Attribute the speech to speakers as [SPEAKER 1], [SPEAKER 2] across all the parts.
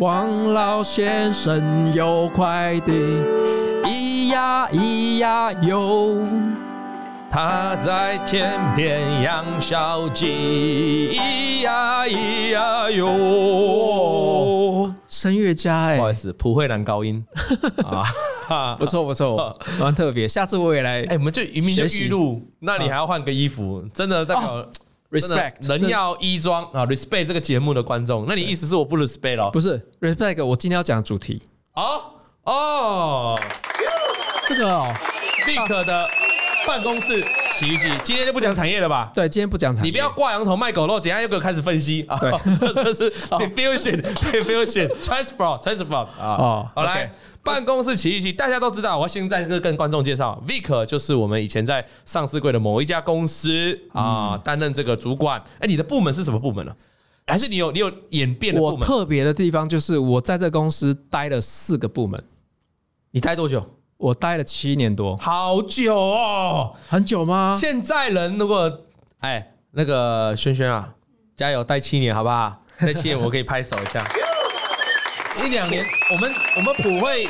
[SPEAKER 1] 王老先生有快递，咿呀咿呀哟，他在天边养小鸡，咿呀咿呀哟。
[SPEAKER 2] 声乐家哎、
[SPEAKER 1] 不好意思，普惠男高音啊，哈
[SPEAKER 2] 不错不 错，蛮特别。下次我也来
[SPEAKER 1] 哎、我们就明明就
[SPEAKER 2] 学习哦
[SPEAKER 1] 预录，那你还要换个衣服，真的代表真的
[SPEAKER 2] respect
[SPEAKER 1] 人要衣装啊，respect 这个节目的观众。那你意思是我不 respect 咯？
[SPEAKER 2] 不是 respect。我今天要讲的主题，
[SPEAKER 1] 哦哦
[SPEAKER 2] 这个哦，
[SPEAKER 1] ，Vic 的办公室洗衣机，今天就不讲产业了吧？
[SPEAKER 2] 对，今天不讲产业
[SPEAKER 1] 你不要挂羊头卖狗肉，等一下又给我开始分析啊！
[SPEAKER 2] 对
[SPEAKER 1] 这是 diffusion diffusion transfer transfer 啊！
[SPEAKER 2] 哦
[SPEAKER 1] 好来
[SPEAKER 2] OK，
[SPEAKER 1] 办公室奇遇记，大家都知道。我要先在这跟观众介绍，Vic 就是我们以前在上市柜的某一家公司啊，担任这个主管。哎，你的部门是什么部门呢？啊还是你有你有演变的部
[SPEAKER 2] 我
[SPEAKER 1] 门？
[SPEAKER 2] 特别的地方就是我在这公司待了四个部门，
[SPEAKER 1] 你待多久？
[SPEAKER 2] 我待了七年多，
[SPEAKER 1] 好久哦！
[SPEAKER 2] 很久吗？
[SPEAKER 1] 现在人如果哎，那个轩轩啊，加油，待七年好不好？待七年我可以拍手一下。一两年，我们我们普惠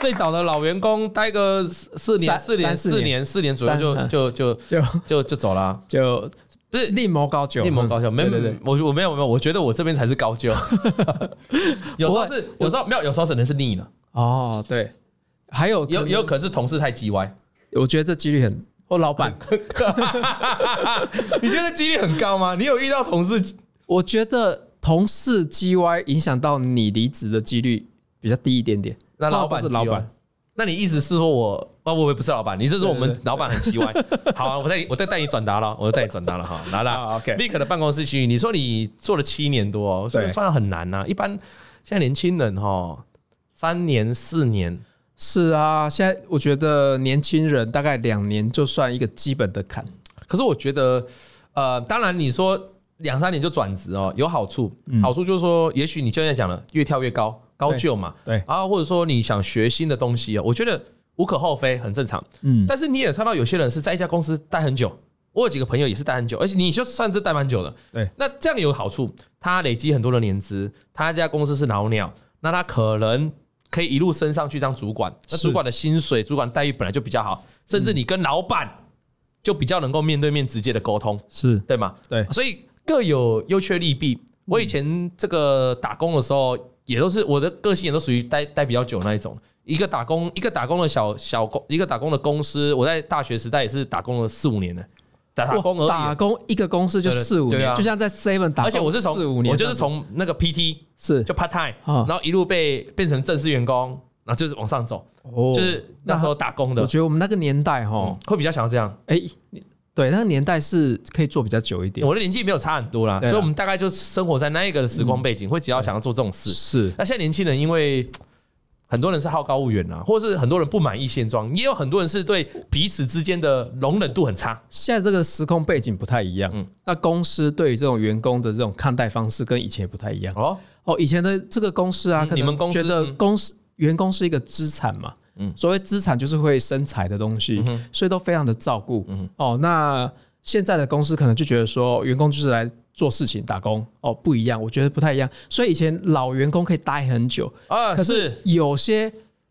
[SPEAKER 1] 最早的老员工待个四四年、
[SPEAKER 2] 三
[SPEAKER 1] 四年、
[SPEAKER 2] 三四
[SPEAKER 1] 四年、四年左右
[SPEAKER 2] 三
[SPEAKER 1] 就就就
[SPEAKER 2] 就
[SPEAKER 1] 就就走了啊。
[SPEAKER 2] 就
[SPEAKER 1] 不是
[SPEAKER 2] 另谋高就，嗯
[SPEAKER 1] 另谋高
[SPEAKER 2] 就，
[SPEAKER 1] 就，没有
[SPEAKER 2] 对
[SPEAKER 1] 没
[SPEAKER 2] 对
[SPEAKER 1] 有
[SPEAKER 2] 对，，
[SPEAKER 1] 我我没有没有，我觉得我这边才是 高就，有时候
[SPEAKER 2] 不会
[SPEAKER 1] 是有时候没有，有时候可能是腻了，
[SPEAKER 2] 哦对，还有
[SPEAKER 1] 有有，可能是同事太叽歪，
[SPEAKER 2] 我觉得这几率很，我老板，
[SPEAKER 1] 你觉得几率很高吗？你有遇到同事
[SPEAKER 2] 我觉得同事 G Y 影响到你离职的几率比较低一点点，
[SPEAKER 1] 那老
[SPEAKER 2] 通
[SPEAKER 1] 板哦
[SPEAKER 2] 常都是老板。
[SPEAKER 1] 那你意思是说我啊，我也不是老板，你是说我
[SPEAKER 2] 对
[SPEAKER 1] 们
[SPEAKER 2] 对对
[SPEAKER 1] 老板很 奇怪？好、啊，我带你，我再带你转达了，我再带你转达了哈，来
[SPEAKER 2] 好
[SPEAKER 1] 了。
[SPEAKER 2] ，OK
[SPEAKER 1] Vic 的办公室区域，你说你做了七年多、哦，所以
[SPEAKER 2] 对
[SPEAKER 1] 算很难呐、一般现在年轻人哈、哦，三年四年，
[SPEAKER 2] 是啊，现在我觉得年轻人大概两年就算一个基本的坎。
[SPEAKER 1] 可是我觉得，呃，当然你说两三年就转职哦，有好处，
[SPEAKER 2] 嗯
[SPEAKER 1] 好处就是说，也许你就像讲了，越跳越高，高就嘛，
[SPEAKER 2] 对对
[SPEAKER 1] 啊，或者说你想学新的东西啊，我觉得无可厚非，很正常。
[SPEAKER 2] 嗯，
[SPEAKER 1] 但是你也看到有些人是在一家公司待很久，我有几个朋友也是待很久，而且你就算是待蛮久的，
[SPEAKER 2] 对，
[SPEAKER 1] 那这样有好处，他累积很多的年资，他这家公司是老鸟，那他可能可以一路升上去当主管，那
[SPEAKER 2] 是
[SPEAKER 1] 主管的薪水、主管待遇本来就比较好，甚至你跟老板就比较能够面对面直接的沟通，
[SPEAKER 2] 是
[SPEAKER 1] 对吗？
[SPEAKER 2] 对
[SPEAKER 1] 所以各有优缺利弊。我以前这个打工的时候，也都是我的个性也都属于待待比较久那一种。一个打工，一个打工的小小工，一个打工的公司，我在大学时代也是打工了四五年了，打打工而
[SPEAKER 2] 哇
[SPEAKER 1] 已。
[SPEAKER 2] 打工一个公司就
[SPEAKER 1] 对对
[SPEAKER 2] 四五
[SPEAKER 1] 对啊
[SPEAKER 2] 年，就像在 Seven 打工，
[SPEAKER 1] 而且我是从
[SPEAKER 2] 四五年
[SPEAKER 1] 我
[SPEAKER 2] 这
[SPEAKER 1] 就
[SPEAKER 2] 样
[SPEAKER 1] 是
[SPEAKER 2] 子，
[SPEAKER 1] 从那个 PT
[SPEAKER 2] 是
[SPEAKER 1] 就 part time，、
[SPEAKER 2] 啊
[SPEAKER 1] 然后一路被变成正式员工，然后就是往上走，
[SPEAKER 2] 哦
[SPEAKER 1] 就是那时候打工的
[SPEAKER 2] 我，觉得我们那个年代
[SPEAKER 1] 哦
[SPEAKER 2] 哈，，
[SPEAKER 1] 会比较想要这样。
[SPEAKER 2] 哎，你对，那个年代是可以做比较久一点，
[SPEAKER 1] 我的年纪没有差很多啦，
[SPEAKER 2] 对
[SPEAKER 1] 所
[SPEAKER 2] 啊
[SPEAKER 1] 以我们大概就生活在那一个时光背景，会比较想要做这种事。
[SPEAKER 2] 是
[SPEAKER 1] 那现在年轻人因为很多人是好高骛远啊，或者是很多人不满意现状，也有很多人是对彼此之间的容忍度很差。
[SPEAKER 2] 现在这个时空背景不太一样，
[SPEAKER 1] 嗯
[SPEAKER 2] 那公司对于这种员工的这种看待方式跟以前也不太一样。
[SPEAKER 1] 哦，
[SPEAKER 2] 哦，以前的这个公司啊，
[SPEAKER 1] 嗯
[SPEAKER 2] 可能
[SPEAKER 1] 你们公司
[SPEAKER 2] 觉得
[SPEAKER 1] 嗯
[SPEAKER 2] 公司员工是一个资产嘛，
[SPEAKER 1] 嗯
[SPEAKER 2] 嗯，所谓资产就是会生财的东西，
[SPEAKER 1] 哼
[SPEAKER 2] 所以都非常的照顾，
[SPEAKER 1] 嗯哼
[SPEAKER 2] 嗯，哦，那现在的公司可能就觉得说，员工就是来做事情打工，哦，不一样，我觉得不太一样，所以以前老员工可以待很久，
[SPEAKER 1] 啊，
[SPEAKER 2] 可
[SPEAKER 1] 是
[SPEAKER 2] 是，有些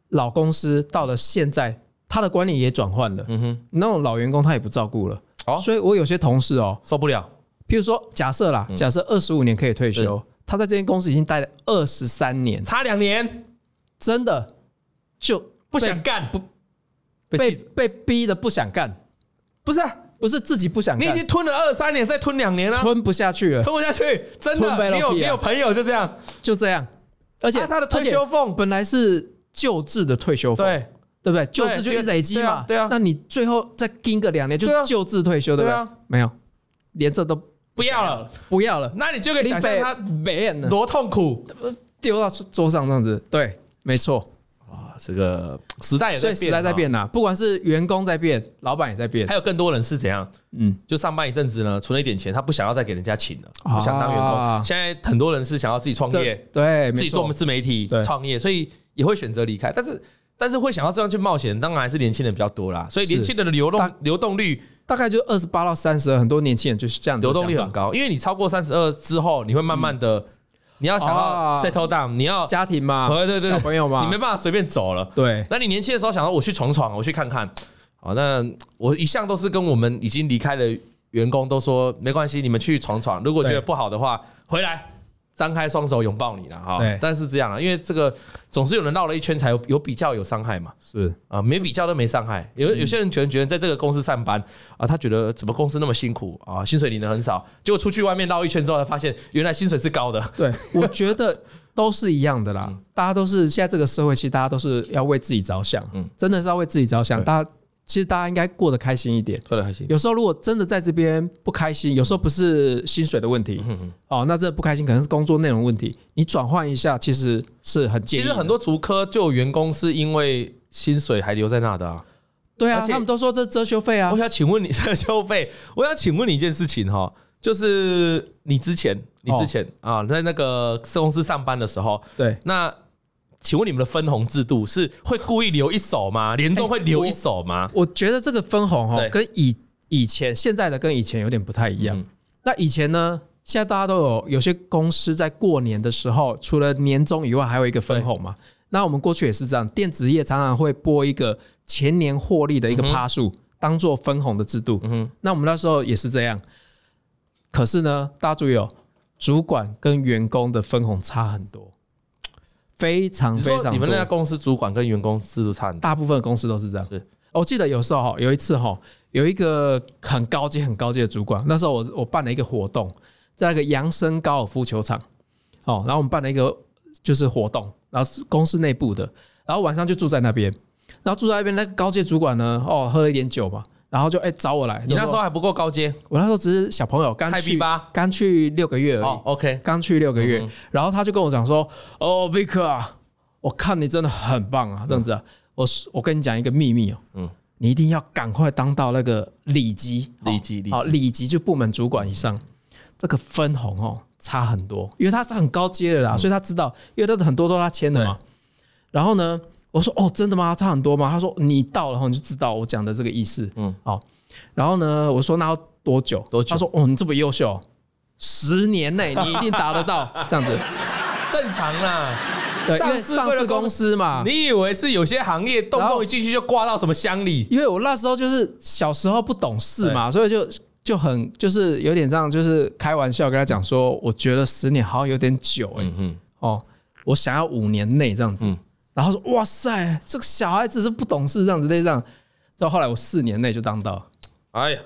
[SPEAKER 2] 老公司到了现在，他的观念也转换了，
[SPEAKER 1] 嗯哼，
[SPEAKER 2] 那种老员工他也不照顾了，
[SPEAKER 1] 哦
[SPEAKER 2] 所以我有些同事哦，
[SPEAKER 1] 受不了，
[SPEAKER 2] 譬如说假设
[SPEAKER 1] 嗯
[SPEAKER 2] 啦，假设二十五年可以退休，他在这间公司已经待了二十三年，
[SPEAKER 1] 差两年
[SPEAKER 2] 真的就
[SPEAKER 1] 不想干，不
[SPEAKER 2] 被
[SPEAKER 1] 被
[SPEAKER 2] 被逼的不想干，
[SPEAKER 1] 不是啊、
[SPEAKER 2] 不是自己不想
[SPEAKER 1] 你已
[SPEAKER 2] 干，
[SPEAKER 1] 经吞了二三年，再吞两年了、啊
[SPEAKER 2] 吞不下去了，
[SPEAKER 1] 吞不下去，真
[SPEAKER 2] 吞
[SPEAKER 1] 的，
[SPEAKER 2] 杯了
[SPEAKER 1] 你有
[SPEAKER 2] 屁
[SPEAKER 1] 你
[SPEAKER 2] 啊
[SPEAKER 1] 有朋友就这样，
[SPEAKER 2] 就这样。而且、
[SPEAKER 1] 啊他的退
[SPEAKER 2] 而
[SPEAKER 1] 休
[SPEAKER 2] 且
[SPEAKER 1] 俸，
[SPEAKER 2] 本来是旧制的退休俸，
[SPEAKER 1] 对
[SPEAKER 2] 对不对？旧制就一直累积
[SPEAKER 1] 对啊
[SPEAKER 2] 嘛，
[SPEAKER 1] 对啊
[SPEAKER 2] 那你最后再盯个两年，就
[SPEAKER 1] 对啊
[SPEAKER 2] 旧制退休，对不
[SPEAKER 1] 对
[SPEAKER 2] 对？
[SPEAKER 1] 啊，
[SPEAKER 2] 没有，连这都
[SPEAKER 1] 不要了，
[SPEAKER 2] 不要了，
[SPEAKER 1] 那你就可以
[SPEAKER 2] 你
[SPEAKER 1] 想象
[SPEAKER 2] 被
[SPEAKER 1] 他
[SPEAKER 2] 没人了，
[SPEAKER 1] 多痛苦
[SPEAKER 2] 丢到桌上这样子。对，没错。
[SPEAKER 1] 啊！这个时代也
[SPEAKER 2] 所以时代在
[SPEAKER 1] 啊，
[SPEAKER 2] 变呐，不管是员工在变，老板也在变
[SPEAKER 1] 还。有更多人是怎样？
[SPEAKER 2] 嗯，
[SPEAKER 1] 就上班一阵子呢，存了一点钱，他不想要再给人家请了，
[SPEAKER 2] 啊
[SPEAKER 1] 不想当员工。现在很多人是想要自己创
[SPEAKER 2] 这
[SPEAKER 1] 业，
[SPEAKER 2] 对，
[SPEAKER 1] 自己
[SPEAKER 2] 没错
[SPEAKER 1] 做自媒体
[SPEAKER 2] 对
[SPEAKER 1] 创业，所以也会选择离开。但是，但是会想要这样去冒险，当然还是年轻人比较多啦。所以
[SPEAKER 2] 是
[SPEAKER 1] 年轻人的流动
[SPEAKER 2] 大
[SPEAKER 1] 流动率
[SPEAKER 2] 大概就二十八到三十，很多年轻人就是这样子
[SPEAKER 1] 流
[SPEAKER 2] 的想法。嗯
[SPEAKER 1] 动率很高，因为你超过三十二之后，你会慢慢的你要想要
[SPEAKER 2] 哦
[SPEAKER 1] settle down，你要
[SPEAKER 2] 家庭嘛，
[SPEAKER 1] 哦对对对
[SPEAKER 2] 小朋友嘛，
[SPEAKER 1] 你没办法随便走了。
[SPEAKER 2] 对
[SPEAKER 1] 那你年轻的时候想说我去闯闯，我去看看。好，那我一向都是跟我们已经离开的员工都说没关系，你们去闯闯，如果觉
[SPEAKER 2] 对
[SPEAKER 1] 得不好的话，回来张开双手拥抱你了哈
[SPEAKER 2] 对。
[SPEAKER 1] 但是这样啊，因为这个总是有人绕了一圈才有有比较有伤害嘛。
[SPEAKER 2] 是
[SPEAKER 1] 啊，没比较都没伤害。有有些人觉得觉得在这个公司上班啊，他觉得怎么公司那么辛苦啊，薪水领的很少，结果出去外面绕一圈之后，才发现原来薪水是高的。
[SPEAKER 2] 对， 我觉得都是一样的啦。
[SPEAKER 1] 嗯
[SPEAKER 2] 大家都是现在这个社会，其实大家都是要为自己着想，
[SPEAKER 1] 嗯
[SPEAKER 2] 真的是要为自己着想。
[SPEAKER 1] 对嗯
[SPEAKER 2] 大家其实大家应该过得开心一点。
[SPEAKER 1] 过得还行，
[SPEAKER 2] 有时候如果真的在这边不开心，有时候不是薪水的问
[SPEAKER 1] 嗯
[SPEAKER 2] 题，哦，那这不开心可能是工作内容问题。你转换一下，其实是很建
[SPEAKER 1] 其
[SPEAKER 2] 议的。
[SPEAKER 1] 实很多足科就有员工是因为薪水还留在那的啊。
[SPEAKER 2] 对啊，
[SPEAKER 1] 而且
[SPEAKER 2] 他们都说这遮羞费啊
[SPEAKER 1] 我，想请问你， 这修费，我想请问你一件事情哈，就是你之前，你之前、
[SPEAKER 2] 哦
[SPEAKER 1] 啊，在那个公司上班的时候，
[SPEAKER 2] 对，
[SPEAKER 1] 那请问你们的分红制度是会故意留一手吗？联众会留一手吗？
[SPEAKER 2] 我觉得这个分红哦
[SPEAKER 1] 对，
[SPEAKER 2] 跟以以前现在的跟以前有点不太一样。
[SPEAKER 1] 嗯
[SPEAKER 2] 那以前呢，现在大家都有有些公司在过年的时候，除了年终以外，还有一个分红嘛。那我们过去也是这样，电子业常常会拨一个前年获利的一个趴数，当做分红的制度。
[SPEAKER 1] 嗯
[SPEAKER 2] 那我们那时候也是这样，可是呢，大家注意哦，主管跟员工的分红差很多，非常
[SPEAKER 1] 你
[SPEAKER 2] 非
[SPEAKER 1] 说
[SPEAKER 2] 常多。
[SPEAKER 1] 你们那家公司主管跟员工制度差很大，
[SPEAKER 2] 大部分的公司都是这样。
[SPEAKER 1] 是
[SPEAKER 2] 哦我记得有时候哈，有一次哈，有一个很高阶、很高阶的主管，那时候我我办了一个活动，在那个扬升高尔夫球场，哦，然后我们办了一个就是活动，然后是公司内部的，然后晚上就住在那边，然后住在那边那个高阶主管呢，哦，喝了一点酒嘛，然后就哎、找我来，
[SPEAKER 1] 你那时候
[SPEAKER 2] 我
[SPEAKER 1] 还不够高阶
[SPEAKER 2] 我那时候只是小朋友，刚
[SPEAKER 1] 菜逼
[SPEAKER 2] 去
[SPEAKER 1] 吧
[SPEAKER 2] 刚去六个月而已，
[SPEAKER 1] 哦，OK，
[SPEAKER 2] 刚去六个月，
[SPEAKER 1] 嗯
[SPEAKER 2] 然后他就跟我讲说：“哦，Vick 啊，我看你真的很棒啊，这样子、啊，我我跟你讲一个秘密哦，
[SPEAKER 1] 嗯
[SPEAKER 2] 嗯，你一定要赶快当到那个里级，哦
[SPEAKER 1] 里级里
[SPEAKER 2] 好，
[SPEAKER 1] 级
[SPEAKER 2] 里级就部门主管以上，这个分红哦差很多，因为他是很高阶
[SPEAKER 1] 嗯
[SPEAKER 2] 的啦，所以他知道，因为他很多都他签的嘛。然后呢，我说：哦，真的吗？差很多吗？他说：你到了后你就知道我讲的这个意思，
[SPEAKER 1] 嗯
[SPEAKER 2] 嗯，好。然后呢，我说那要多久？
[SPEAKER 1] 多久
[SPEAKER 2] 他说：哦，你这么优秀。”十年内你一定达得到这样子，
[SPEAKER 1] 正常啦。
[SPEAKER 2] 对，因为
[SPEAKER 1] 上市
[SPEAKER 2] 上
[SPEAKER 1] 贵
[SPEAKER 2] 市
[SPEAKER 1] 的公
[SPEAKER 2] 公司嘛，
[SPEAKER 1] 你以为是有些行业动不动一进去就挂到什么乡里？
[SPEAKER 2] 因为我那时候就是小时候不懂事嘛，所以就就很就是有点这样，就是开玩笑跟他讲说，我觉得十年好像有点久哎、
[SPEAKER 1] 嗯嗯，
[SPEAKER 2] 哦，我想要五年内这样子
[SPEAKER 1] 嗯，
[SPEAKER 2] 然后说哇塞，这个小孩子是不懂事这样子类似这样，到后来我四年内就当到了，
[SPEAKER 1] 哎呀，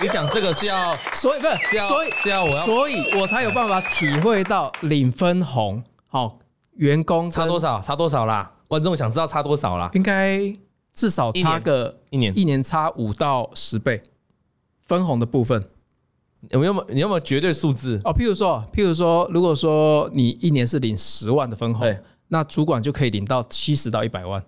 [SPEAKER 1] 你讲这个是要
[SPEAKER 2] 所以不
[SPEAKER 1] 是
[SPEAKER 2] 是，
[SPEAKER 1] 要
[SPEAKER 2] 所以
[SPEAKER 1] 是要我要
[SPEAKER 2] 所以我才有办法体会到领分红，好、员工
[SPEAKER 1] 差
[SPEAKER 2] 跟
[SPEAKER 1] 多少？差多少啦？观众想知道差多少啦？
[SPEAKER 2] 应该至少差个
[SPEAKER 1] 一年
[SPEAKER 2] 一年差五到十倍，分红的部分
[SPEAKER 1] 有没有？你有没有绝对数字？
[SPEAKER 2] 哦。譬如说，譬如说，如果说你一年是领十万的分
[SPEAKER 1] 对
[SPEAKER 2] 红，那主管就可以领到七十到一百万。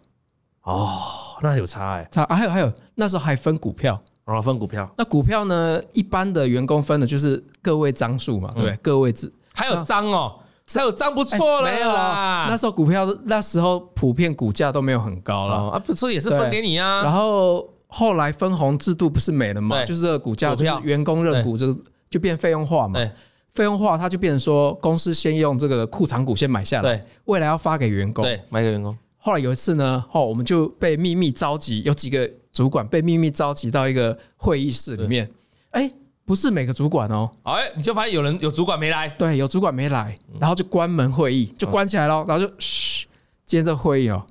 [SPEAKER 1] 哦，那有差哎、
[SPEAKER 2] 他、啊、还有还有，那时候还分股票。
[SPEAKER 1] 然后分股票，
[SPEAKER 2] 那股票呢，一般的员工分的就是个位张数嘛，对不对？个位字
[SPEAKER 1] 还有章哦，还有章不错
[SPEAKER 2] 嗯
[SPEAKER 1] 了、
[SPEAKER 2] 哎没有
[SPEAKER 1] 啦。
[SPEAKER 2] 那时候股票那时候普遍股价都没有很高了。
[SPEAKER 1] 哦啊，不是也是分给你啊？
[SPEAKER 2] 然后后来分红制度不是没了嘛？
[SPEAKER 1] 对
[SPEAKER 2] 就是这个股价，
[SPEAKER 1] 股
[SPEAKER 2] 就是
[SPEAKER 1] 票
[SPEAKER 2] 员工认股，就就变费用化嘛
[SPEAKER 1] 对。
[SPEAKER 2] 费用化，它就变成说，公司先用这个库藏股先买下来，
[SPEAKER 1] 对
[SPEAKER 2] 未来要发给员工。
[SPEAKER 1] 对，买给员工。
[SPEAKER 2] 后来有一次呢，哦，我们就被秘密召集，有几个主管被秘密召集到一个会议室里面。哎，不是每个主管哦，
[SPEAKER 1] 哎，你就发现有人有主管没来，
[SPEAKER 2] 对，有主管没来，然后就关门会议，就关起来咯，然后就嘘，今天这会议哦，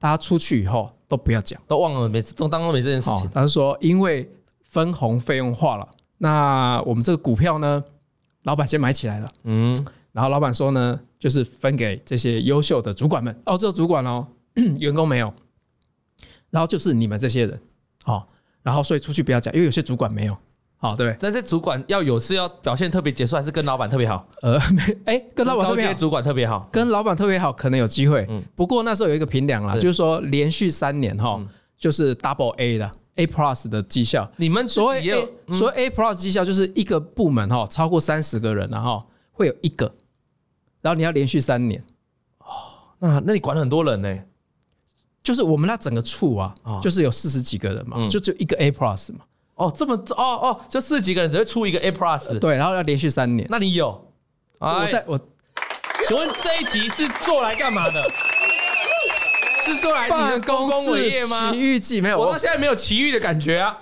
[SPEAKER 2] 大家出去以后都不要讲。
[SPEAKER 1] 都忘了，每次都当中没这件事
[SPEAKER 2] 好，
[SPEAKER 1] 情。
[SPEAKER 2] 他说因为分红费用化了，那我们这个股票呢，老板先买起来了，
[SPEAKER 1] 嗯，
[SPEAKER 2] 然后老板说呢，就是分给这些优秀的主管们，哦，只有主管哦， 员工没有，然后就是你们这些人，好、然后所以出去不要讲，因为有些主管没有，好、对不对？
[SPEAKER 1] 但是主管要有是要表现特别杰出，还是跟老板特别好？
[SPEAKER 2] 呃， 没，哎，跟老板特
[SPEAKER 1] 高
[SPEAKER 2] 别
[SPEAKER 1] 阶
[SPEAKER 2] 好。
[SPEAKER 1] 主管特别好。
[SPEAKER 2] 跟老板特别好，可能有机会。
[SPEAKER 1] 嗯
[SPEAKER 2] 不过那时候有一个评量啦，
[SPEAKER 1] 是
[SPEAKER 2] 就是说连续三年哈，
[SPEAKER 1] 嗯
[SPEAKER 2] 就是 double A 的 A plus 的绩效，
[SPEAKER 1] 你们自己
[SPEAKER 2] 所谓
[SPEAKER 1] 也有嗯
[SPEAKER 2] A，、所谓 A Plus 绩效就是一个部门哈、超过三十个人然、后会有一个，然后你要连续三年，
[SPEAKER 1] 那啊那你管很多人呢、
[SPEAKER 2] 就是我们那整个处啊，
[SPEAKER 1] 哦
[SPEAKER 2] 就是有四十几个人嘛，
[SPEAKER 1] 嗯
[SPEAKER 2] 就只有一个 A Plus 嘛，
[SPEAKER 1] 哦，这么哦哦，就四十几个人只会出一个 A plus，
[SPEAKER 2] 对，然后要连续三年。
[SPEAKER 1] 那你有？
[SPEAKER 2] 我
[SPEAKER 1] 哎
[SPEAKER 2] 在我
[SPEAKER 1] 请问这一集是做来干嘛的？是做来哎你的丰功伟业吗？
[SPEAKER 2] 奇遇记没有，
[SPEAKER 1] 我
[SPEAKER 2] 我
[SPEAKER 1] 到现在没有奇遇的感觉啊，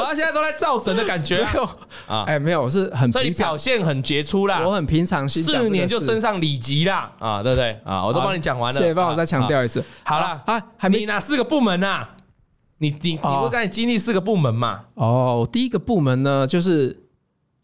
[SPEAKER 1] 我到现在都在造神的感觉啊
[SPEAKER 2] 没有
[SPEAKER 1] 啊
[SPEAKER 2] 啊，哎，没有，我是很
[SPEAKER 1] 所以你
[SPEAKER 2] 平
[SPEAKER 1] 表
[SPEAKER 2] 常，
[SPEAKER 1] 现很杰出啦，
[SPEAKER 2] 我很平常心讲这个
[SPEAKER 1] 四
[SPEAKER 2] 事。
[SPEAKER 1] 年就升上里级啦，啊，对不对？啊，我都帮你讲完了，
[SPEAKER 2] 谢谢帮我
[SPEAKER 1] 啊
[SPEAKER 2] 再强。
[SPEAKER 1] 啊
[SPEAKER 2] 调一次。
[SPEAKER 1] 好啦，
[SPEAKER 2] 啊，还
[SPEAKER 1] 你
[SPEAKER 2] 没
[SPEAKER 1] 哪四个部门啊？你你你
[SPEAKER 2] 哦
[SPEAKER 1] 不刚才经历四个部门嘛？
[SPEAKER 2] 哦，第一个部门呢就是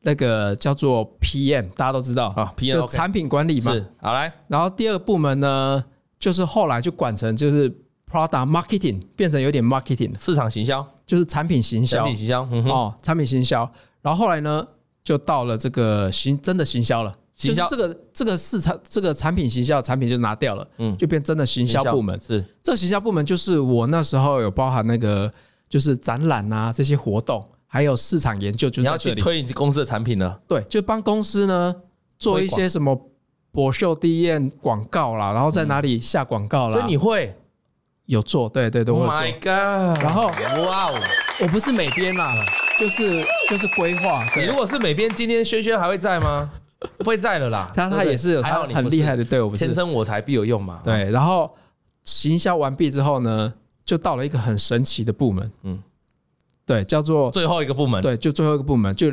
[SPEAKER 2] 那个叫做 PM，大家都知道
[SPEAKER 1] 啊，PM
[SPEAKER 2] 就
[SPEAKER 1] OK
[SPEAKER 2] 产品管理嘛。
[SPEAKER 1] 是，好来，
[SPEAKER 2] 然后第二个部门呢，就是后来就管成就是 product marketing，变成有点 marketing，
[SPEAKER 1] 市场行销、
[SPEAKER 2] 就是产品行
[SPEAKER 1] 产
[SPEAKER 2] 销
[SPEAKER 1] 品行销，嗯哼，
[SPEAKER 2] 哦，产品行销。然后后来呢，就到了这个行真的行销了。
[SPEAKER 1] 行销
[SPEAKER 2] 就是这个这个市场这个产品行销的产品就拿掉了，
[SPEAKER 1] 嗯
[SPEAKER 2] 嗯，就变真的行销部门。
[SPEAKER 1] 是
[SPEAKER 2] 这个行销部门就是我那时候有包含那个就是展览啊这些活动，还有市场研究，就
[SPEAKER 1] 你
[SPEAKER 2] 是
[SPEAKER 1] 要
[SPEAKER 2] 在这
[SPEAKER 1] 去
[SPEAKER 2] 里
[SPEAKER 1] 推你公司的产品了，
[SPEAKER 2] 对，就帮公司呢做一
[SPEAKER 1] 推广
[SPEAKER 2] 些什么博秀第一宴广告啦，然后在哪里下广告啦，
[SPEAKER 1] 嗯所以你会
[SPEAKER 2] 有做，对对对，
[SPEAKER 1] ，Oh
[SPEAKER 2] 我有做
[SPEAKER 1] my。god！
[SPEAKER 2] 然后
[SPEAKER 1] 哇哦，
[SPEAKER 2] 我不是美编啦，就是就是规划，
[SPEAKER 1] 你
[SPEAKER 2] 对
[SPEAKER 1] 如果是美编，今天轩轩还会在 吗？不会在了啦，
[SPEAKER 2] 他
[SPEAKER 1] 对不
[SPEAKER 2] 他
[SPEAKER 1] 对
[SPEAKER 2] 也是有
[SPEAKER 1] 还
[SPEAKER 2] 他
[SPEAKER 1] 好你
[SPEAKER 2] 很
[SPEAKER 1] 不是
[SPEAKER 2] 厉害的，对我不是
[SPEAKER 1] 天生我材必有用嘛。
[SPEAKER 2] 对，然后行销完毕之后呢，就到了一个很神奇的部门，
[SPEAKER 1] 嗯
[SPEAKER 2] 嗯，对，叫做
[SPEAKER 1] 最后一个部门
[SPEAKER 2] 对，就最后一个部门就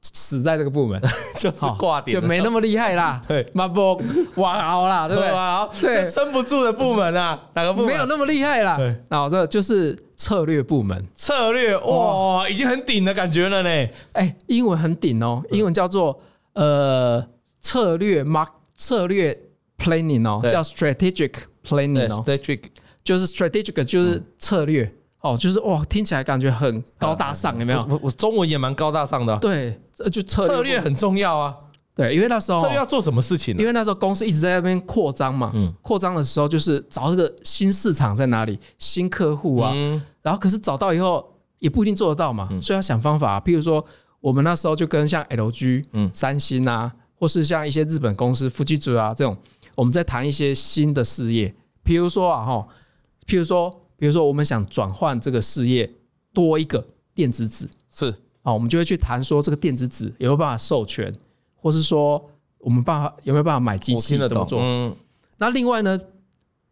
[SPEAKER 2] 死在这个部门，
[SPEAKER 1] 就是
[SPEAKER 2] 好
[SPEAKER 1] 挂点
[SPEAKER 2] 就
[SPEAKER 1] 了，
[SPEAKER 2] 没那么厉害啦，
[SPEAKER 1] 对，
[SPEAKER 2] 马博哇哦啦，对不对？
[SPEAKER 1] 吧？
[SPEAKER 2] 对
[SPEAKER 1] 就撑不住的部门啊，哪个部门？
[SPEAKER 2] 没有那么厉害啦
[SPEAKER 1] 对。
[SPEAKER 2] 然后这就是策略部门，
[SPEAKER 1] 策略哇，已经很顶的感觉了呢。
[SPEAKER 2] 哎，英文很顶哦，
[SPEAKER 1] 嗯
[SPEAKER 2] 英文叫做呃策略 mark 策略 planning 哦
[SPEAKER 1] 对，
[SPEAKER 2] 叫 strategic planning 哦，
[SPEAKER 1] strategic
[SPEAKER 2] 就是 strategic
[SPEAKER 1] 嗯
[SPEAKER 2] 就是策略哦，就是哇听起来感觉很高大上，有没有？
[SPEAKER 1] 我我中文也蛮高大上的啊，
[SPEAKER 2] 对，这就策
[SPEAKER 1] 策
[SPEAKER 2] 部
[SPEAKER 1] 略很重要啊。
[SPEAKER 2] 对，因为那时候
[SPEAKER 1] 策略要做什么事情呢
[SPEAKER 2] 因？为那时候公司一直在那边扩张嘛
[SPEAKER 1] 嗯，
[SPEAKER 2] 扩张的时候就是找这个新市场在哪里，新客户啊，
[SPEAKER 1] 嗯，
[SPEAKER 2] 然后可是找到以后也不一定做得到嘛，所以要想方法、啊譬如说，我们那时候就跟像 LG、
[SPEAKER 1] 嗯
[SPEAKER 2] 三星啊，或是像一些日本公司富基组啊这种，我们在谈一些新的事业，譬如说啊哈，譬如说，比如说我们想转换这个事业多一个电子纸
[SPEAKER 1] 是
[SPEAKER 2] 啊，我们就会去谈说这个电子纸有没有办法授权，或是说我们办法有没有办法买机
[SPEAKER 1] 我
[SPEAKER 2] 器
[SPEAKER 1] 听得
[SPEAKER 2] 怎么
[SPEAKER 1] 懂。
[SPEAKER 2] 做？
[SPEAKER 1] 嗯，
[SPEAKER 2] 那另外呢，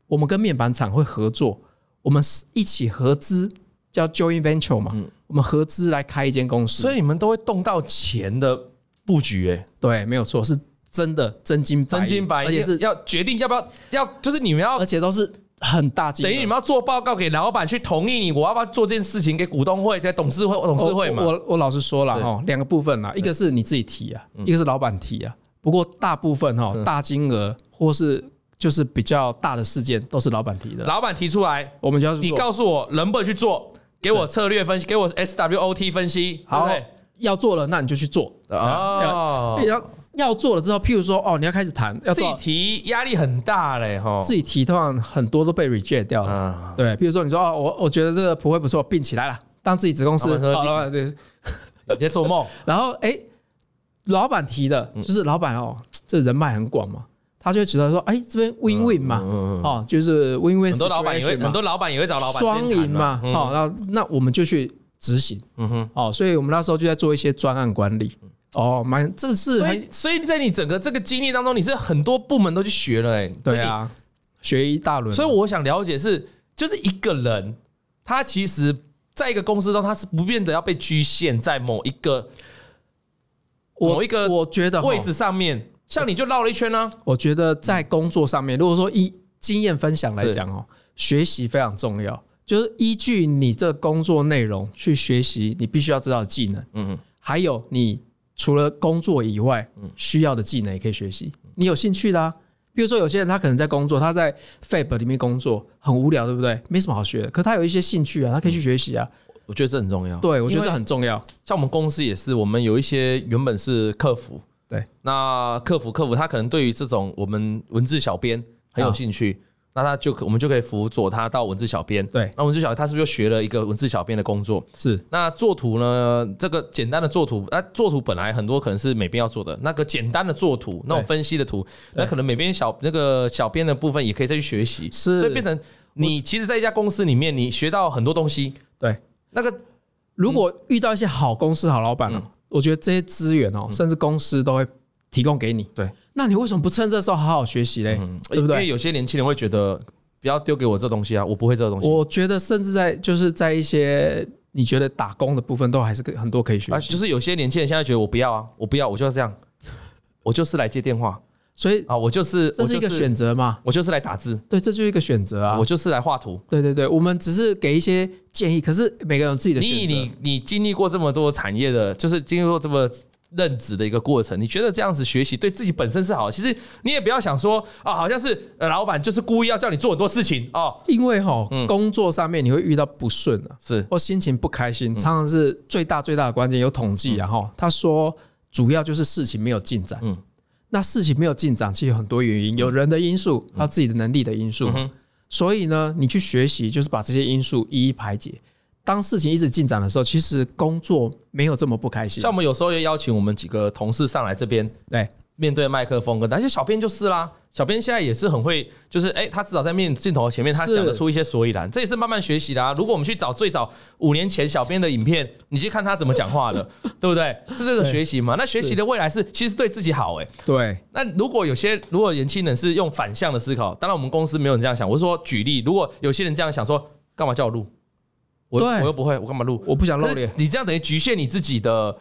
[SPEAKER 2] 我们跟面板厂会合作，我们是一起合资，叫 joint venture 嘛，我们合资来开一间公司。
[SPEAKER 1] 嗯所以你们都会动到钱的布局，哎，
[SPEAKER 2] 对，没有错，是真的真金白银
[SPEAKER 1] 真金白银，
[SPEAKER 2] 而且是
[SPEAKER 1] 要决定要不要要，就是你们要
[SPEAKER 2] 而且都是很大金额，
[SPEAKER 1] 等于你们要做报告给老板去同意你，我要不要做这件事情给股东会、在董事会、董事会
[SPEAKER 2] 我
[SPEAKER 1] 嘛？
[SPEAKER 2] 我我老实说了
[SPEAKER 1] 是嗯
[SPEAKER 2] 哦，两个部分啦，一个是你自己提啊，一个是老板提啊。不过大部分哈、哦，大金额或是就是比较大的事件都是老板提的啦，
[SPEAKER 1] 老板提出来，
[SPEAKER 2] 我们就要去
[SPEAKER 1] 你
[SPEAKER 2] 做
[SPEAKER 1] 告诉我能不能去做，给我策略分析，给我 SWOT 分析，好
[SPEAKER 2] 好啊
[SPEAKER 1] 不对？
[SPEAKER 2] 要做了，那你就去做。
[SPEAKER 1] 哦，
[SPEAKER 2] 要要做了之后，譬如说哦，你要开始谈，要
[SPEAKER 1] 自
[SPEAKER 2] 做
[SPEAKER 1] 己提压力很大嘞，哈，
[SPEAKER 2] 自己提，通常很多都被 reject 掉了。
[SPEAKER 1] 啊，
[SPEAKER 2] 对，比如说你说哦，我我觉得这个普惠不错，并起来了，当自己子公司
[SPEAKER 1] 老，板说
[SPEAKER 2] 好了，对。
[SPEAKER 1] 你在做 梦，
[SPEAKER 2] 然后哎，老板提的，
[SPEAKER 1] 嗯
[SPEAKER 2] 就是老板哦，这人脉很广嘛，他就会觉得说，哎，这边 win win 嘛，
[SPEAKER 1] 嗯
[SPEAKER 2] 哦，就是 win win，
[SPEAKER 1] 很多老板也会，很多老板也会找老板
[SPEAKER 2] 双
[SPEAKER 1] 先
[SPEAKER 2] 赢
[SPEAKER 1] 谈嗯
[SPEAKER 2] 嘛，哦，那那我们就去执行，嗯哼，哦，所以我们那时候就在做一些专案管理，哦，蛮这个是
[SPEAKER 1] 嗯所
[SPEAKER 2] 很
[SPEAKER 1] 以，所以在你整个这个经历当中，你是很多部门都去学了，哎，所以
[SPEAKER 2] 对
[SPEAKER 1] 你
[SPEAKER 2] 啊，学一大轮，啊
[SPEAKER 1] 所以我想了解是，就是一个人他其实在一个公司中，他是不变的要被局限在某一个
[SPEAKER 2] 我
[SPEAKER 1] 某一个
[SPEAKER 2] 我觉得哈
[SPEAKER 1] 位置上面。像你就绕了一圈啊呢、
[SPEAKER 2] 我觉得在工作上面，如果说以经验分享来讲哦，学习非常重要，就是依据你这工作内容去学习你必须要知道的技能，
[SPEAKER 1] 嗯
[SPEAKER 2] 嗯，还有你除了工作以外，
[SPEAKER 1] 嗯
[SPEAKER 2] 需要的技能也可以学习，你有兴趣的、啊。比如说，有些人他可能在工作，他在 Fab 里面工作很无聊，对不对？没什么好学的，可他有一些兴趣啊，他可以去学习啊。
[SPEAKER 1] 我觉得这很重要。
[SPEAKER 2] 对，我觉得这
[SPEAKER 1] 嗯因为
[SPEAKER 2] 很重要。
[SPEAKER 1] 像我们公司也是，我们有一些原本是客服，
[SPEAKER 2] 对，
[SPEAKER 1] 那客服客服他可能对于这种我们文字小编很有兴趣，那他就可我们就可以辅佐他到文字小编。
[SPEAKER 2] 对
[SPEAKER 1] 那文字小编他是不是又学了一个文字小编的工作？
[SPEAKER 2] 是
[SPEAKER 1] 那做图呢？这个简单的做图，那做图本来很多可能是美编要做的，那个简单的做图，那种分析的图，那可能美编小那个小编的部分也可以再去学习，
[SPEAKER 2] 是
[SPEAKER 1] 所以变成你其实在一家公司里面，你学到很多东西。
[SPEAKER 2] 对，
[SPEAKER 1] 那个呃嗯
[SPEAKER 2] 如果遇到一些好公司、好老板哦，我觉得这些资源哦，甚至公司都会提供给你。
[SPEAKER 1] 嗯对，
[SPEAKER 2] 那你为什么不趁这时候好好学习嘞？
[SPEAKER 1] 嗯，
[SPEAKER 2] 对不
[SPEAKER 1] 因为
[SPEAKER 2] 对？
[SPEAKER 1] 有些年轻人会觉得，不要丢给我这东西啊，我不会这东西。
[SPEAKER 2] 我觉得甚至在就是在一些你觉得打工的部分，都还是可很多可以学
[SPEAKER 1] 啊，
[SPEAKER 2] 习。
[SPEAKER 1] 就是有些年轻人现在觉得我不要啊，我不要，我就是这样，我就是来接电话
[SPEAKER 2] 所以
[SPEAKER 1] 啊，我就是
[SPEAKER 2] 这是一个，选择嘛？
[SPEAKER 1] 我就是我就是来打字，
[SPEAKER 2] 对，这就是一个选择啊
[SPEAKER 1] 我。就是来画图。
[SPEAKER 2] 对对对，我们只是给一些建议，可是每个人有自己的
[SPEAKER 1] 你
[SPEAKER 2] 选择。
[SPEAKER 1] 你你经历过这么多产业的，就是经历过这么任职的一个过程，你觉得这样子学习对自己本身是好的？其实你也不要想说啊，好像是呃老板就是故意要叫你做很多事情哦，
[SPEAKER 2] 因为哈、
[SPEAKER 1] 嗯
[SPEAKER 2] 工作上面你会遇到不顺啊，
[SPEAKER 1] 是
[SPEAKER 2] 或心情不开心，常常是最大最大的关键。有统计啊，哈，他说主要就是事情没有进展。
[SPEAKER 1] 嗯
[SPEAKER 2] 嗯，那事情没有进展，其实有很多原因，有人的因素，还有自己的能力的因素。
[SPEAKER 1] 嗯哼
[SPEAKER 2] 所以呢，你去学习就是把这些因素一一排解。当事情一直进展的时候，其实工作没有这么不开心
[SPEAKER 1] 像。我们有时候也邀请我们几个同事上来这边，
[SPEAKER 2] 对，
[SPEAKER 1] 面对麦克风跟，而且小编就是啦，小编现在也是很会，就是哎、他至少在面镜头前面，他
[SPEAKER 2] 是
[SPEAKER 1] 讲得出一些所以然，这也是慢慢学习的啊。如果我们去找最早五年前小编的影片，你去看他怎么讲话的，对不对？这就是学习嘛。那学习的未来是其实对自己好哎、
[SPEAKER 2] 对，
[SPEAKER 1] 那如果有些如果年轻人是用反向的思考，当然我们公司没有人这样想，我是说举例，如果有些人这样想说，干嘛叫我录？我
[SPEAKER 2] 对
[SPEAKER 1] 我又不会，我干嘛录？
[SPEAKER 2] 我不想
[SPEAKER 1] 可
[SPEAKER 2] 露
[SPEAKER 1] 是
[SPEAKER 2] 脸。
[SPEAKER 1] 你这样等于局限你自己的，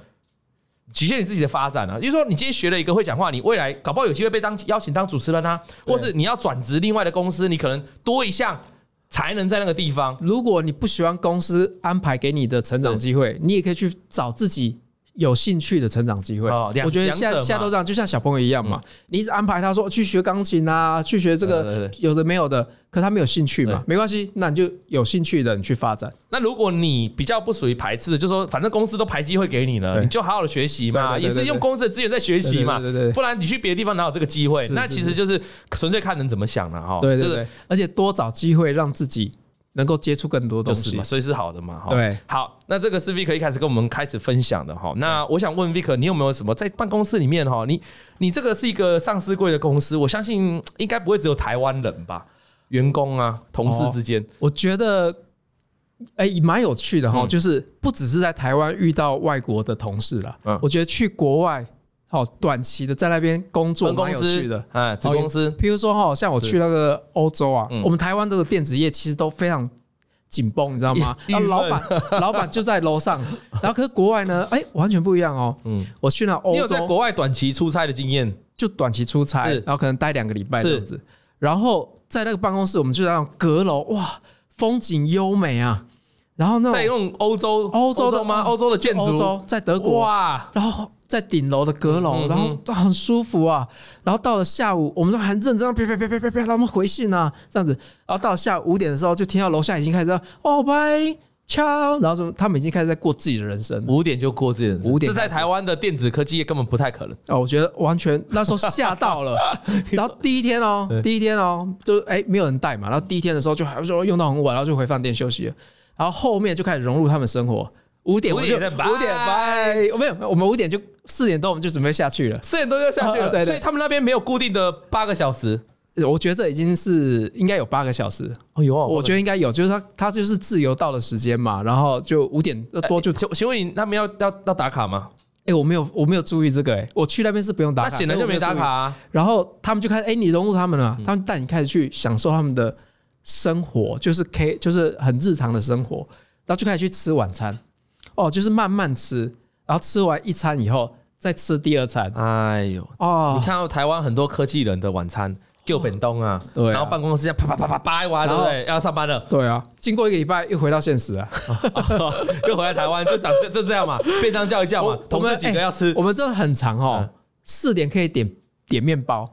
[SPEAKER 1] 局限你自己的发展啊。就是说，你今天学了一个会讲话，你未来搞不好有机会被当邀请当主持人啊，
[SPEAKER 2] 对
[SPEAKER 1] 或是你要转职另外的公司，你可能多一项才能在那个地方。
[SPEAKER 2] 如果你不喜欢公司安排给你的成长机会，你也可以去找自己有兴趣的成长机会。
[SPEAKER 1] 哦两
[SPEAKER 2] 我觉得
[SPEAKER 1] 两
[SPEAKER 2] 现在
[SPEAKER 1] 者嘛嗯
[SPEAKER 2] 现在都这样，就像小朋友一样嘛，你一直安排他说去学钢琴啊，去学这
[SPEAKER 1] 对对
[SPEAKER 2] 个有的没有的，可他没有兴趣嘛，没关系，那你就有兴趣的你去发展。
[SPEAKER 1] 那如果你比较不属于排斥的，就说反正公司都排机会给你了，
[SPEAKER 2] 对
[SPEAKER 1] 你就好好的学习
[SPEAKER 2] 对
[SPEAKER 1] 嘛，
[SPEAKER 2] 对对
[SPEAKER 1] 也
[SPEAKER 2] 对
[SPEAKER 1] 是用公司的资源在学习嘛。
[SPEAKER 2] 对对对对对
[SPEAKER 1] 不然你去别的地方哪有这个机会？
[SPEAKER 2] 是
[SPEAKER 1] 那
[SPEAKER 2] 是
[SPEAKER 1] 其实就是纯粹看人怎么想了哈。
[SPEAKER 2] 对对
[SPEAKER 1] 这个
[SPEAKER 2] 对，而且多找机会让自己能够接触更多
[SPEAKER 1] 就
[SPEAKER 2] 东
[SPEAKER 1] 是
[SPEAKER 2] 西
[SPEAKER 1] 嘛，。所以是好的嘛，哈。
[SPEAKER 2] 对，
[SPEAKER 1] 好，那这个是 Vic 一开始跟我们开始分享的哈。那我想问 Vic，你有没有什么在办公室里面哈？你你这个是一个上市贵的公司，我相信应该不会只有台湾人吧？员工啊，同
[SPEAKER 2] 哦
[SPEAKER 1] 事之间，
[SPEAKER 2] 我觉得。哎，蛮有趣的哈、
[SPEAKER 1] 嗯
[SPEAKER 2] 就是不只是在台湾遇到外国的同事啦，
[SPEAKER 1] 嗯
[SPEAKER 2] 我觉得去国外，好、短期的在那边工作
[SPEAKER 1] 分
[SPEAKER 2] 蛮
[SPEAKER 1] 公
[SPEAKER 2] 有趣
[SPEAKER 1] 司
[SPEAKER 2] 的。
[SPEAKER 1] 啊，子公司，
[SPEAKER 2] 比如说哈、像我去那个欧洲啊
[SPEAKER 1] 嗯，
[SPEAKER 2] 我们台湾这个电子业其实都非常紧绷，你知道 吗？
[SPEAKER 1] 郁
[SPEAKER 2] 然后老
[SPEAKER 1] 郁
[SPEAKER 2] 板老板就在楼上，然后可是国外呢，哎，完全不一样哦。
[SPEAKER 1] 嗯，
[SPEAKER 2] 我去那
[SPEAKER 1] 你
[SPEAKER 2] 欧
[SPEAKER 1] 有在
[SPEAKER 2] 洲
[SPEAKER 1] 国外短期出差的经验？
[SPEAKER 2] 就短期出差，
[SPEAKER 1] 是
[SPEAKER 2] 然后可能待两个礼拜
[SPEAKER 1] 是
[SPEAKER 2] 这样子，然后在那个办公室，我们就在那种阁楼，哇，风景优美啊，然后那
[SPEAKER 1] 在
[SPEAKER 2] 种
[SPEAKER 1] 用欧洲
[SPEAKER 2] 欧洲的哦
[SPEAKER 1] 吗？欧洲的建筑，
[SPEAKER 2] 欧洲在德国
[SPEAKER 1] 哇，
[SPEAKER 2] 然后在顶楼的阁楼，
[SPEAKER 1] 嗯
[SPEAKER 2] 然后很舒服啊。然后到了下午，我们都还认真地啪啪啪啪啪啪，让他们回信啊，这样子。然后到了下午五点的时候，就听到楼下已经开始哦拜敲，然后什么，他们已经开始在过自己的人生了。
[SPEAKER 1] 五点就过这，
[SPEAKER 2] 五点
[SPEAKER 1] 这在
[SPEAKER 2] 开始
[SPEAKER 1] 台湾的电子科技业根本不太可能。
[SPEAKER 2] 哦，我觉得完全那时候吓到 了。然后第一天哦，第一天哦，就哎没有人带嘛。然后第一天的时候就还说用到很晚，然后就回饭店休息了。然后后面就开始融入他们生活。五点我就
[SPEAKER 1] 五点再拜
[SPEAKER 2] 五点拜，没有，我们五点就四点多我们就准备下去了。
[SPEAKER 1] 四点多就下去
[SPEAKER 2] 啊对
[SPEAKER 1] 了，
[SPEAKER 2] 对
[SPEAKER 1] 所以他们那边没有固定的八个小时。
[SPEAKER 2] 我觉得这已经是应该有八个小时，
[SPEAKER 1] 哦，有啊
[SPEAKER 2] 我觉得应该有，就是他他就是自由到的时间嘛，然后就五点多就，哎、哎
[SPEAKER 1] 请请问你那边要要要打卡吗？
[SPEAKER 2] 我没有我没有注意这个、哎，我去那边是不用打
[SPEAKER 1] 那
[SPEAKER 2] 卡，
[SPEAKER 1] 显然
[SPEAKER 2] 但
[SPEAKER 1] 就
[SPEAKER 2] 我
[SPEAKER 1] 没
[SPEAKER 2] 有
[SPEAKER 1] 打
[SPEAKER 2] 注意
[SPEAKER 1] 卡。啊。
[SPEAKER 2] 然后他们就开始，哎、你融入他们了，
[SPEAKER 1] 嗯
[SPEAKER 2] 他们带你开始去享受他们的生活，就是 K 就是很日常的生活，然后就开始去吃晚餐，哦，就是慢慢吃，然后吃完一餐以后再吃第二餐，
[SPEAKER 1] 哎呦，你
[SPEAKER 2] 哦，
[SPEAKER 1] 看到台湾很多科技人的晚餐，旧本东啊，
[SPEAKER 2] 对啊
[SPEAKER 1] 然后办公室这样啪啪啪啪啪一挖，对
[SPEAKER 2] 然
[SPEAKER 1] 不
[SPEAKER 2] 后
[SPEAKER 1] 对？要上班 了，
[SPEAKER 2] 对啊，经过一个礼拜又回到现实啊。
[SPEAKER 1] 又回来台湾，就长这就这样嘛，便当叫一叫嘛
[SPEAKER 2] 我，
[SPEAKER 1] 哦同事
[SPEAKER 2] 们哎
[SPEAKER 1] 几个要吃
[SPEAKER 2] 我，们真的很长哦
[SPEAKER 1] 嗯，
[SPEAKER 2] 四点可以点点面包，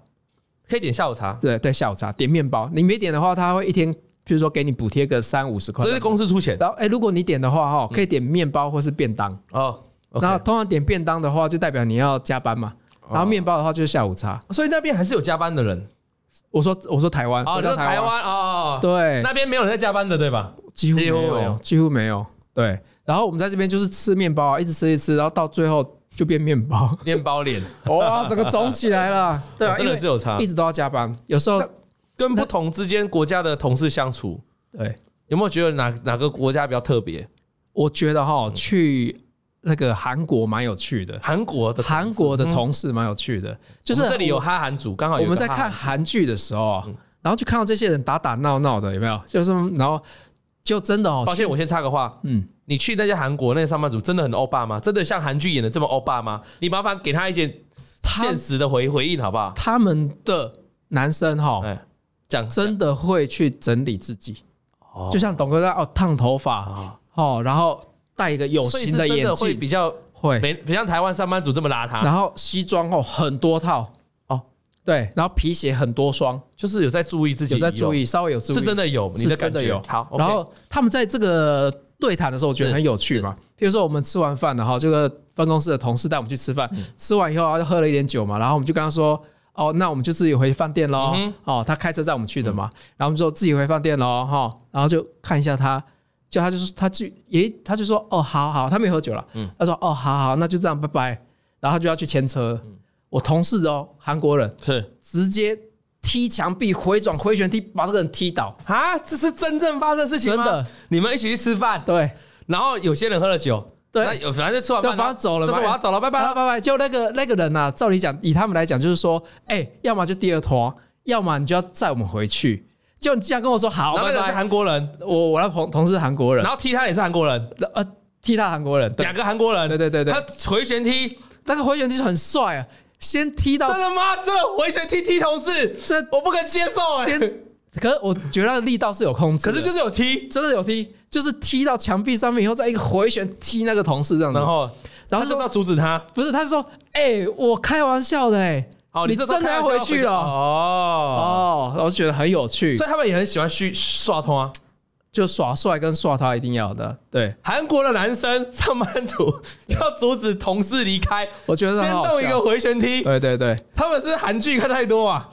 [SPEAKER 1] 可以点下午茶，
[SPEAKER 2] 对对，下午茶点面包，你没点的话，他会一天，比如说给你补贴个三五十块
[SPEAKER 1] 这。是公司出钱
[SPEAKER 2] 然后，哎，如果你点的话，
[SPEAKER 1] 嗯
[SPEAKER 2] 哈，可以点面包或是便当。
[SPEAKER 1] 哦。
[SPEAKER 2] 然后
[SPEAKER 1] OK，哦
[SPEAKER 2] 通常点便当的话，就代表你要加班嘛。然后面包的话就是下午茶。
[SPEAKER 1] 所以那边还是有加班的人
[SPEAKER 2] 我说我说台湾，
[SPEAKER 1] 哦，
[SPEAKER 2] 回
[SPEAKER 1] 就
[SPEAKER 2] 到
[SPEAKER 1] 是台
[SPEAKER 2] 湾，
[SPEAKER 1] 湾哦，哦
[SPEAKER 2] 对，
[SPEAKER 1] 那边没有人在加班的对吧？
[SPEAKER 2] 几乎没
[SPEAKER 1] 几乎没有
[SPEAKER 2] 有，几乎没有。对，然后我们在这边就是吃面包啊，一直吃一直吃，然后到最后就变面 包，
[SPEAKER 1] 面包脸，
[SPEAKER 2] 哇， 整个肿起来了。对啊，
[SPEAKER 1] 真
[SPEAKER 2] 因
[SPEAKER 1] 的
[SPEAKER 2] 为
[SPEAKER 1] 是有差
[SPEAKER 2] 一，直都要加班，有时候
[SPEAKER 1] 跟不同之间国家的同事相处，
[SPEAKER 2] 对。
[SPEAKER 1] 有没有觉得哪哪个国家比较特别？
[SPEAKER 2] 我觉得哈，去那个韩国蛮有趣的，
[SPEAKER 1] 韩国的嗯
[SPEAKER 2] 韩国的同事蛮有趣的，就
[SPEAKER 1] 我
[SPEAKER 2] 是
[SPEAKER 1] 们这里有哈韩组，刚好
[SPEAKER 2] 我
[SPEAKER 1] 有
[SPEAKER 2] 们
[SPEAKER 1] 个
[SPEAKER 2] 在
[SPEAKER 1] 哈嗯
[SPEAKER 2] 看
[SPEAKER 1] 韩
[SPEAKER 2] 韩剧的时候啊，然后就看到这些人打打闹闹的，有没有？就是然后就真的哦，
[SPEAKER 1] 抱歉，我先插个话。
[SPEAKER 2] 嗯，
[SPEAKER 1] 你去那些韩国那些上班族，真的很欧巴吗？真的像韩剧演的这么欧巴吗？你麻烦给他一些
[SPEAKER 2] 他
[SPEAKER 1] 现实的回回应好不好？
[SPEAKER 2] 他们的男生哈、
[SPEAKER 1] 哎，这样
[SPEAKER 2] 真的会去整理自己，
[SPEAKER 1] 哦啊
[SPEAKER 2] 就像董哥在哦烫头发哦，然后戴一个有
[SPEAKER 1] 所以
[SPEAKER 2] 型
[SPEAKER 1] 是真
[SPEAKER 2] 眼
[SPEAKER 1] 的会
[SPEAKER 2] 镜，
[SPEAKER 1] 比较哎
[SPEAKER 2] 会，
[SPEAKER 1] 没不像台湾上班族这么邋遢，
[SPEAKER 2] 然后西装哦很多套
[SPEAKER 1] 哦，
[SPEAKER 2] 对，然后皮鞋很多双，
[SPEAKER 1] 就是有在注意自己，
[SPEAKER 2] 有在注，意，稍微有注意，
[SPEAKER 1] 是真的有，你
[SPEAKER 2] 是
[SPEAKER 1] 感
[SPEAKER 2] 真的
[SPEAKER 1] 觉
[SPEAKER 2] 有
[SPEAKER 1] 好。
[SPEAKER 2] 然
[SPEAKER 1] OK
[SPEAKER 2] 后他们在这个对谈的时候，我觉得
[SPEAKER 1] 是
[SPEAKER 2] 很有趣嘛。比如说我们吃完饭了哈，这个分公司的同事带我们去吃饭，
[SPEAKER 1] 嗯
[SPEAKER 2] 吃完以后他就喝了一点酒嘛，然后我们就跟他说。哦，那我们就自己回饭店喽。
[SPEAKER 1] 嗯
[SPEAKER 2] 哦，他开车载我们去的嘛，然后我们说自己回饭店喽，哈、然后就看一下他，就他就说他去，也他就说哦，好好，他没喝酒了，
[SPEAKER 1] 嗯
[SPEAKER 2] 他说哦，好好，那就这样，拜拜，然后他就要去牵车了。
[SPEAKER 1] 嗯
[SPEAKER 2] 我同事哦，韩国人
[SPEAKER 1] 是
[SPEAKER 2] 直接踢墙壁回转回旋踢，把这个人踢倒，
[SPEAKER 1] 啊，这是真正发生的事情吗？
[SPEAKER 2] 真的，
[SPEAKER 1] 你们一起去吃饭，
[SPEAKER 2] 对，
[SPEAKER 1] 然后有些人喝了酒，
[SPEAKER 2] 对
[SPEAKER 1] 那有反正就吃完
[SPEAKER 2] 就
[SPEAKER 1] 饭
[SPEAKER 2] 把他走了
[SPEAKER 1] 就
[SPEAKER 2] 嘛
[SPEAKER 1] 说我要走了，拜拜
[SPEAKER 2] 拜
[SPEAKER 1] 了。
[SPEAKER 2] 拜拜。就那个那个人呐、啊，照理讲，以他们来讲，就是说，哎、要么就第二团，要么你就要载我们回去。就你这样跟我说好，
[SPEAKER 1] 然
[SPEAKER 2] 拜
[SPEAKER 1] 后那个人是
[SPEAKER 2] 拜。
[SPEAKER 1] 韩国人，
[SPEAKER 2] 我我那同同事是韩国人
[SPEAKER 1] 然，后踢他也是韩国人，
[SPEAKER 2] 呃，替他韩国人，对
[SPEAKER 1] 两个韩国人，
[SPEAKER 2] 对对对对
[SPEAKER 1] 他，回旋踢，
[SPEAKER 2] 那个回旋踢是很帅啊，先踢到
[SPEAKER 1] 真的吗？真的回旋踢踢同事，
[SPEAKER 2] 这
[SPEAKER 1] 我不敢接受哎、
[SPEAKER 2] 先，可是我觉得他的力道是有控制的，
[SPEAKER 1] 可是就是有踢，
[SPEAKER 2] 真的有踢，就是踢到墙壁上面以后，再一个回旋踢那个同事这样子，
[SPEAKER 1] 然后
[SPEAKER 2] 嗯然
[SPEAKER 1] 他
[SPEAKER 2] 后
[SPEAKER 1] 就是
[SPEAKER 2] 说
[SPEAKER 1] 要阻止他。
[SPEAKER 2] 不是，他是说，哎、我开玩笑的、哎，
[SPEAKER 1] 哦，
[SPEAKER 2] 你
[SPEAKER 1] 是
[SPEAKER 2] 真的要回去了
[SPEAKER 1] 哦
[SPEAKER 2] 哦，我就觉得很有趣
[SPEAKER 1] 所，以他们也很喜欢虚刷通啊。
[SPEAKER 2] 就耍帅跟耍他一定要的，对
[SPEAKER 1] 韩国的男生上班族要阻止同事离开，
[SPEAKER 2] 我觉得很
[SPEAKER 1] 先
[SPEAKER 2] 好
[SPEAKER 1] 动一
[SPEAKER 2] 笑
[SPEAKER 1] 个回旋踢。
[SPEAKER 2] 对对对，
[SPEAKER 1] 他们是韩剧看太多啊，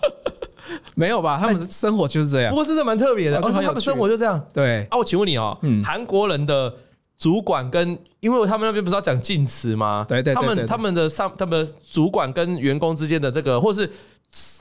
[SPEAKER 2] 没有吧？他们的生活就是这样
[SPEAKER 1] 哎不，过真的蛮特别的，
[SPEAKER 2] 哦这
[SPEAKER 1] 而
[SPEAKER 2] 很
[SPEAKER 1] 且
[SPEAKER 2] 有
[SPEAKER 1] 他们
[SPEAKER 2] 趣
[SPEAKER 1] 生活就这样。
[SPEAKER 2] 对，
[SPEAKER 1] 啊，我请问你哦，
[SPEAKER 2] 嗯
[SPEAKER 1] 韩国人的主管跟，因为他们那边不是要讲敬词吗？
[SPEAKER 2] 对对对
[SPEAKER 1] 他
[SPEAKER 2] 对
[SPEAKER 1] 们
[SPEAKER 2] 对
[SPEAKER 1] 他们的上他们的主管跟员工之间的这个，或是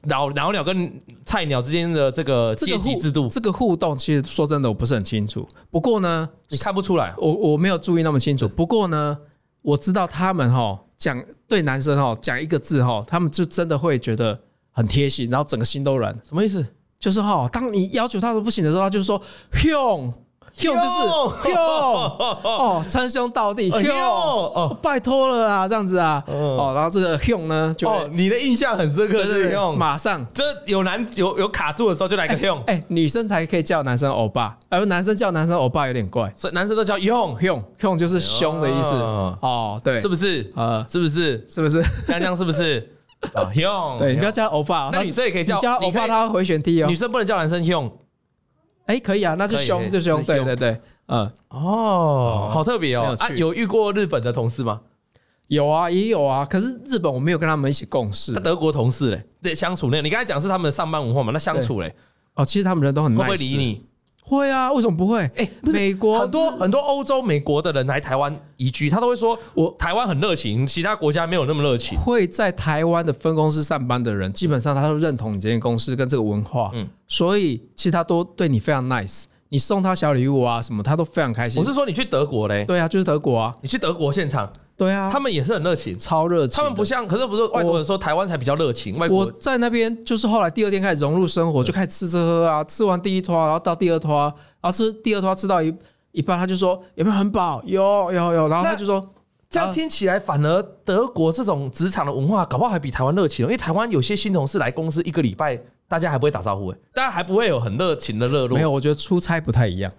[SPEAKER 1] 老老鸟跟菜鸟之间的这个
[SPEAKER 2] 这
[SPEAKER 1] 阶
[SPEAKER 2] 个
[SPEAKER 1] 级
[SPEAKER 2] 互
[SPEAKER 1] 制度，
[SPEAKER 2] 这个互动，其实说真的，我不是很清楚。不过呢，
[SPEAKER 1] 你看不出来啊。
[SPEAKER 2] 我我没有注意那么清楚。不过呢，我知道他们哈讲对男生哈讲一个字哈，他们就真的会觉得很贴心，然后整个心都软。
[SPEAKER 1] 什么意思？
[SPEAKER 2] 就是哈，当你要求他都不行的时候，他就说 “hiong”。用就是用哦，称兄道弟
[SPEAKER 1] 哎呦
[SPEAKER 2] 用
[SPEAKER 1] 哦
[SPEAKER 2] 拜托了啊，这样子啊，
[SPEAKER 1] 嗯
[SPEAKER 2] 哦，然后这个 Hyung 呢，就
[SPEAKER 1] 哦，你的印象很深刻，
[SPEAKER 2] 对
[SPEAKER 1] 是
[SPEAKER 2] 对
[SPEAKER 1] 用
[SPEAKER 2] 对，马上，
[SPEAKER 1] 这有难有有卡住的时候就来个用，
[SPEAKER 2] 哎，女生才可以叫男生欧巴，而男生叫男生欧巴有点怪
[SPEAKER 1] 所以男生都叫用，
[SPEAKER 2] ，Hyung Hyung 就是凶的意思，
[SPEAKER 1] 哦
[SPEAKER 2] 哦，对，
[SPEAKER 1] 是不是？
[SPEAKER 2] 呃，
[SPEAKER 1] 是不是？
[SPEAKER 2] 是不是？
[SPEAKER 1] 江江是 不是？啊，用，
[SPEAKER 2] 对，你不要叫他欧巴哦，
[SPEAKER 1] 那
[SPEAKER 2] 他
[SPEAKER 1] 女生也可以
[SPEAKER 2] 你
[SPEAKER 1] 叫，
[SPEAKER 2] 叫他
[SPEAKER 1] 你
[SPEAKER 2] 欧
[SPEAKER 1] 可以
[SPEAKER 2] 巴，他会回旋踢哦
[SPEAKER 1] 女，生不能叫男生用
[SPEAKER 2] 哎，可以啊，那是
[SPEAKER 1] 可以可
[SPEAKER 2] 凶
[SPEAKER 1] 以
[SPEAKER 2] 就是凶，对
[SPEAKER 1] Hyung
[SPEAKER 2] 对对，嗯，
[SPEAKER 1] 哦，好特别
[SPEAKER 2] 很
[SPEAKER 1] 哦
[SPEAKER 2] 有！趣
[SPEAKER 1] 啊，有遇过日本的同事吗？
[SPEAKER 2] 有啊，也有啊，可是日本我没有跟他们一起共事
[SPEAKER 1] 那，德国同事嘞，对相处那，你刚才讲是他们的上班文化嘛？那相处嘞，
[SPEAKER 2] 哦，其实他们人都很
[SPEAKER 1] 会
[SPEAKER 2] nice，
[SPEAKER 1] 不会理你？
[SPEAKER 2] 会啊，为什么不会？
[SPEAKER 1] 哎，不是
[SPEAKER 2] 美国
[SPEAKER 1] 很多很多欧洲、美国的人来台湾移居，他都会说
[SPEAKER 2] 我
[SPEAKER 1] 台湾很热情，其他国家没有那么热情。
[SPEAKER 2] 会在台湾的分公司上班的人，基本上他都认同你这间公司跟这个文化，
[SPEAKER 1] 嗯
[SPEAKER 2] 所以其实他都对你非常 nice，你送他小礼物啊什么，他都非常开心。
[SPEAKER 1] 我是说你去德国嘞，
[SPEAKER 2] 对啊，就是德国啊，
[SPEAKER 1] 你去德国现场，
[SPEAKER 2] 对啊，
[SPEAKER 1] 他们也是很热情，
[SPEAKER 2] 超热情的，
[SPEAKER 1] 他们不像，可是不是外国人说台湾才比较热情，外
[SPEAKER 2] 我
[SPEAKER 1] 国
[SPEAKER 2] 在那边就是后来第二天开始融入生活，就开始吃吃喝喝啊，吃完第一拖，然后到第二拖，然后吃第二拖吃到一一半，他就说有没有很饱？有有有，然后
[SPEAKER 1] 那
[SPEAKER 2] 他就说
[SPEAKER 1] 这样听起来反而德国这种职场的文化，搞不好还比台湾热情哦，因为台湾有些新同事来公司一个礼拜，大家还不会打招呼，哎，大家还不会有很热情的热络，
[SPEAKER 2] 没有，我觉得出差不太一样，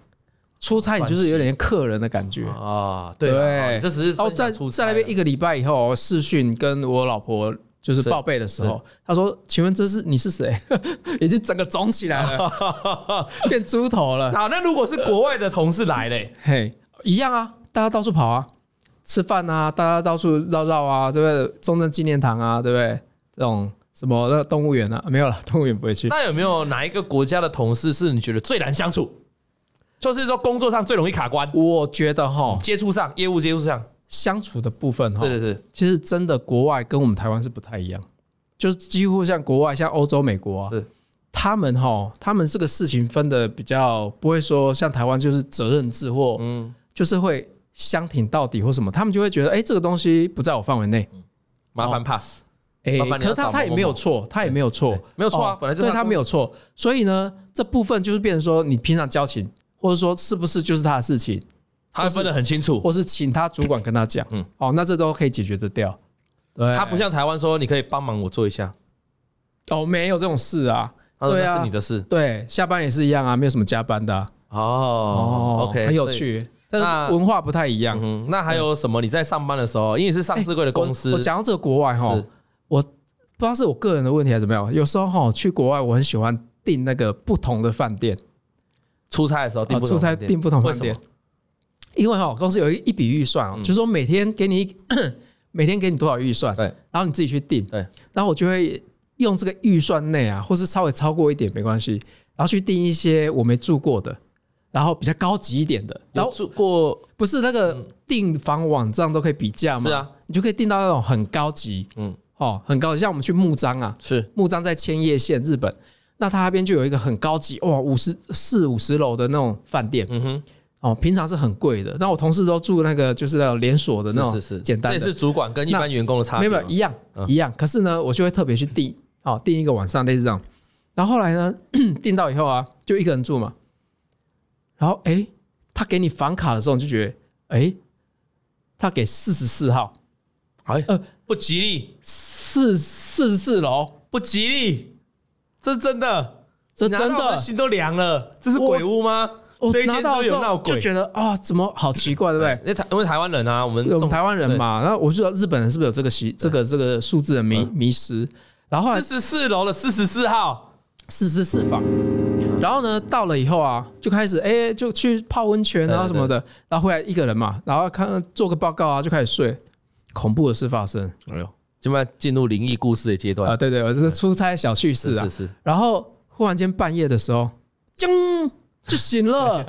[SPEAKER 2] 出差你就是有点客人的感觉。
[SPEAKER 1] 啊，对
[SPEAKER 2] 对
[SPEAKER 1] 啊，这只是
[SPEAKER 2] 哦，
[SPEAKER 1] 分
[SPEAKER 2] 在
[SPEAKER 1] 享出差
[SPEAKER 2] 在那边
[SPEAKER 1] 的
[SPEAKER 2] 一个礼拜以后，我视讯跟我老婆就是
[SPEAKER 1] 是
[SPEAKER 2] 报备的时候，她说：“请问这是你是谁？” 已经整个肿起来 了， 变猪头了。
[SPEAKER 1] 啊好，那如果是国外的同事来 嘞，
[SPEAKER 2] 嘿，一样啊，大家到处跑啊，吃饭啊，大家到处绕绕啊，对不对？中正纪念堂啊，对不对？这种什么那动物园啊，没有了，动物园不会去。
[SPEAKER 1] 那有没有哪一个国家的同事是你觉得最难相处？就是说工作上最容易卡关，
[SPEAKER 2] 我觉得哈，
[SPEAKER 1] 接触上业务接触上，哦
[SPEAKER 2] 相处的部分哈
[SPEAKER 1] 是，是是，
[SPEAKER 2] 其实真的国外跟我们台湾是不太一样，就是几乎像国外，像欧洲、美国啊，
[SPEAKER 1] 是
[SPEAKER 2] 他们哈，他们这个事情分的比较不会说像台湾就是责任制或
[SPEAKER 1] 嗯，
[SPEAKER 2] 就是会相挺到底或什么，他们就会觉得，哎、这个东西不在我范围内。
[SPEAKER 1] 麻烦 pass，
[SPEAKER 2] 哎、
[SPEAKER 1] 麻烦你要
[SPEAKER 2] 可是他
[SPEAKER 1] 找
[SPEAKER 2] 他也
[SPEAKER 1] 某某
[SPEAKER 2] 没有错，他也没有错
[SPEAKER 1] 对，没有错啊
[SPEAKER 2] 哦
[SPEAKER 1] 本来就是
[SPEAKER 2] 对
[SPEAKER 1] 他
[SPEAKER 2] 他没有错。所以呢，这部分就是变成说，你平常交情，或者说是不是就是他的事情，
[SPEAKER 1] 他分得很清楚。
[SPEAKER 2] 或是请他主管跟他讲，
[SPEAKER 1] 嗯
[SPEAKER 2] 嗯，哦，那这都可以解决得掉。对，
[SPEAKER 1] 他不像台湾说你可以帮忙我做一下，
[SPEAKER 2] 哦，没有这种事啊。
[SPEAKER 1] 他说
[SPEAKER 2] 对啊
[SPEAKER 1] 那是你的事。
[SPEAKER 2] 对，下班也是一样啊，没有什么加班的啊、
[SPEAKER 1] 哦，OK，
[SPEAKER 2] 很有
[SPEAKER 1] 所以。
[SPEAKER 2] 趣，但
[SPEAKER 1] 那
[SPEAKER 2] 是文化不太一样
[SPEAKER 1] 嗯。哼，那还有什么？你在上班的时候，因为你是上市柜的公司，
[SPEAKER 2] 嗯我我讲到这个国外哈
[SPEAKER 1] 是，
[SPEAKER 2] 我不知道是我个人的问题还是怎么样，有时候哈去国外，我很喜欢订那个不同的饭店，
[SPEAKER 1] 出差的时候订
[SPEAKER 2] 啊
[SPEAKER 1] 不
[SPEAKER 2] 出
[SPEAKER 1] 同
[SPEAKER 2] 差
[SPEAKER 1] 饭店
[SPEAKER 2] 订不同
[SPEAKER 1] 为
[SPEAKER 2] 饭
[SPEAKER 1] 什
[SPEAKER 2] 店
[SPEAKER 1] 么，嗯
[SPEAKER 2] 因为哈公司有一一笔预算哦，就是说每天给你一 每天给你多少预算，
[SPEAKER 1] 对，
[SPEAKER 2] 然后你自己去定，
[SPEAKER 1] 对，
[SPEAKER 2] 然后我就会用这个预算内啊，或是稍微超过一点没关系，然后去订一些我没住过的。然后比较高级一点的，然
[SPEAKER 1] 有
[SPEAKER 2] 后
[SPEAKER 1] 住过
[SPEAKER 2] 不是那个订房网站都可以比价吗？
[SPEAKER 1] 嗯是啊，
[SPEAKER 2] 你就可以订到那种很高级，
[SPEAKER 1] 嗯
[SPEAKER 2] 嗯，哦，很高级。像我们去木张啊，
[SPEAKER 1] 是
[SPEAKER 2] 木张在千叶县日本，那它那边就有一个很高级哇，五十四五十楼的那种饭店
[SPEAKER 1] 嗯哼，
[SPEAKER 2] 哦，平常是很贵的。但我同事都住那个就是那种连锁的那
[SPEAKER 1] 是
[SPEAKER 2] 种
[SPEAKER 1] 是是，
[SPEAKER 2] 简单
[SPEAKER 1] 这
[SPEAKER 2] 的，
[SPEAKER 1] 也是主管跟一
[SPEAKER 2] 那
[SPEAKER 1] 般员工的差
[SPEAKER 2] 没
[SPEAKER 1] 别
[SPEAKER 2] 有
[SPEAKER 1] 嘛。
[SPEAKER 2] 没有一样
[SPEAKER 1] 嗯
[SPEAKER 2] 一样。可是呢，我就会特别去订哦，订一个晚上类似这样。然后后来呢， 订到以后啊，就一个人住嘛。然后诶，他给你房卡的时候，你就觉得诶，他给四十四号，
[SPEAKER 1] 哎
[SPEAKER 2] 呃，
[SPEAKER 1] 不吉利，
[SPEAKER 2] 四四十四楼，
[SPEAKER 1] 不吉利，这真的，
[SPEAKER 2] 这
[SPEAKER 1] 拿
[SPEAKER 2] 真
[SPEAKER 1] 到我
[SPEAKER 2] 的，
[SPEAKER 1] 心都凉了。这是鬼屋吗？
[SPEAKER 2] 我
[SPEAKER 1] 这一
[SPEAKER 2] 拿
[SPEAKER 1] 间
[SPEAKER 2] 到
[SPEAKER 1] 都
[SPEAKER 2] 的时
[SPEAKER 1] 有闹
[SPEAKER 2] 候就
[SPEAKER 1] 鬼，
[SPEAKER 2] 觉得啊、怎么好奇怪，对 不对？
[SPEAKER 1] 因为台因为台湾人啊，我们
[SPEAKER 2] 我
[SPEAKER 1] 这
[SPEAKER 2] 们
[SPEAKER 1] 种
[SPEAKER 2] 台湾人嘛，然后我就知道日本人是不是有这个习这个这个数字的迷
[SPEAKER 1] 嗯
[SPEAKER 2] 迷失，然后后来
[SPEAKER 1] 四十四楼的四十四号，
[SPEAKER 2] 四十四房，然后呢到了以后啊，就开始哎、就去泡温泉啊
[SPEAKER 1] 对对
[SPEAKER 2] 什么的，然后回来一个人嘛，然后看做个报告啊就开始睡，恐怖的事发生
[SPEAKER 1] 哎呦，现在进入灵异故事的阶段
[SPEAKER 2] 啊，对对，我这是出差小趣事啊，
[SPEAKER 1] 是
[SPEAKER 2] 然后忽然间半夜的时候，噌就醒 了，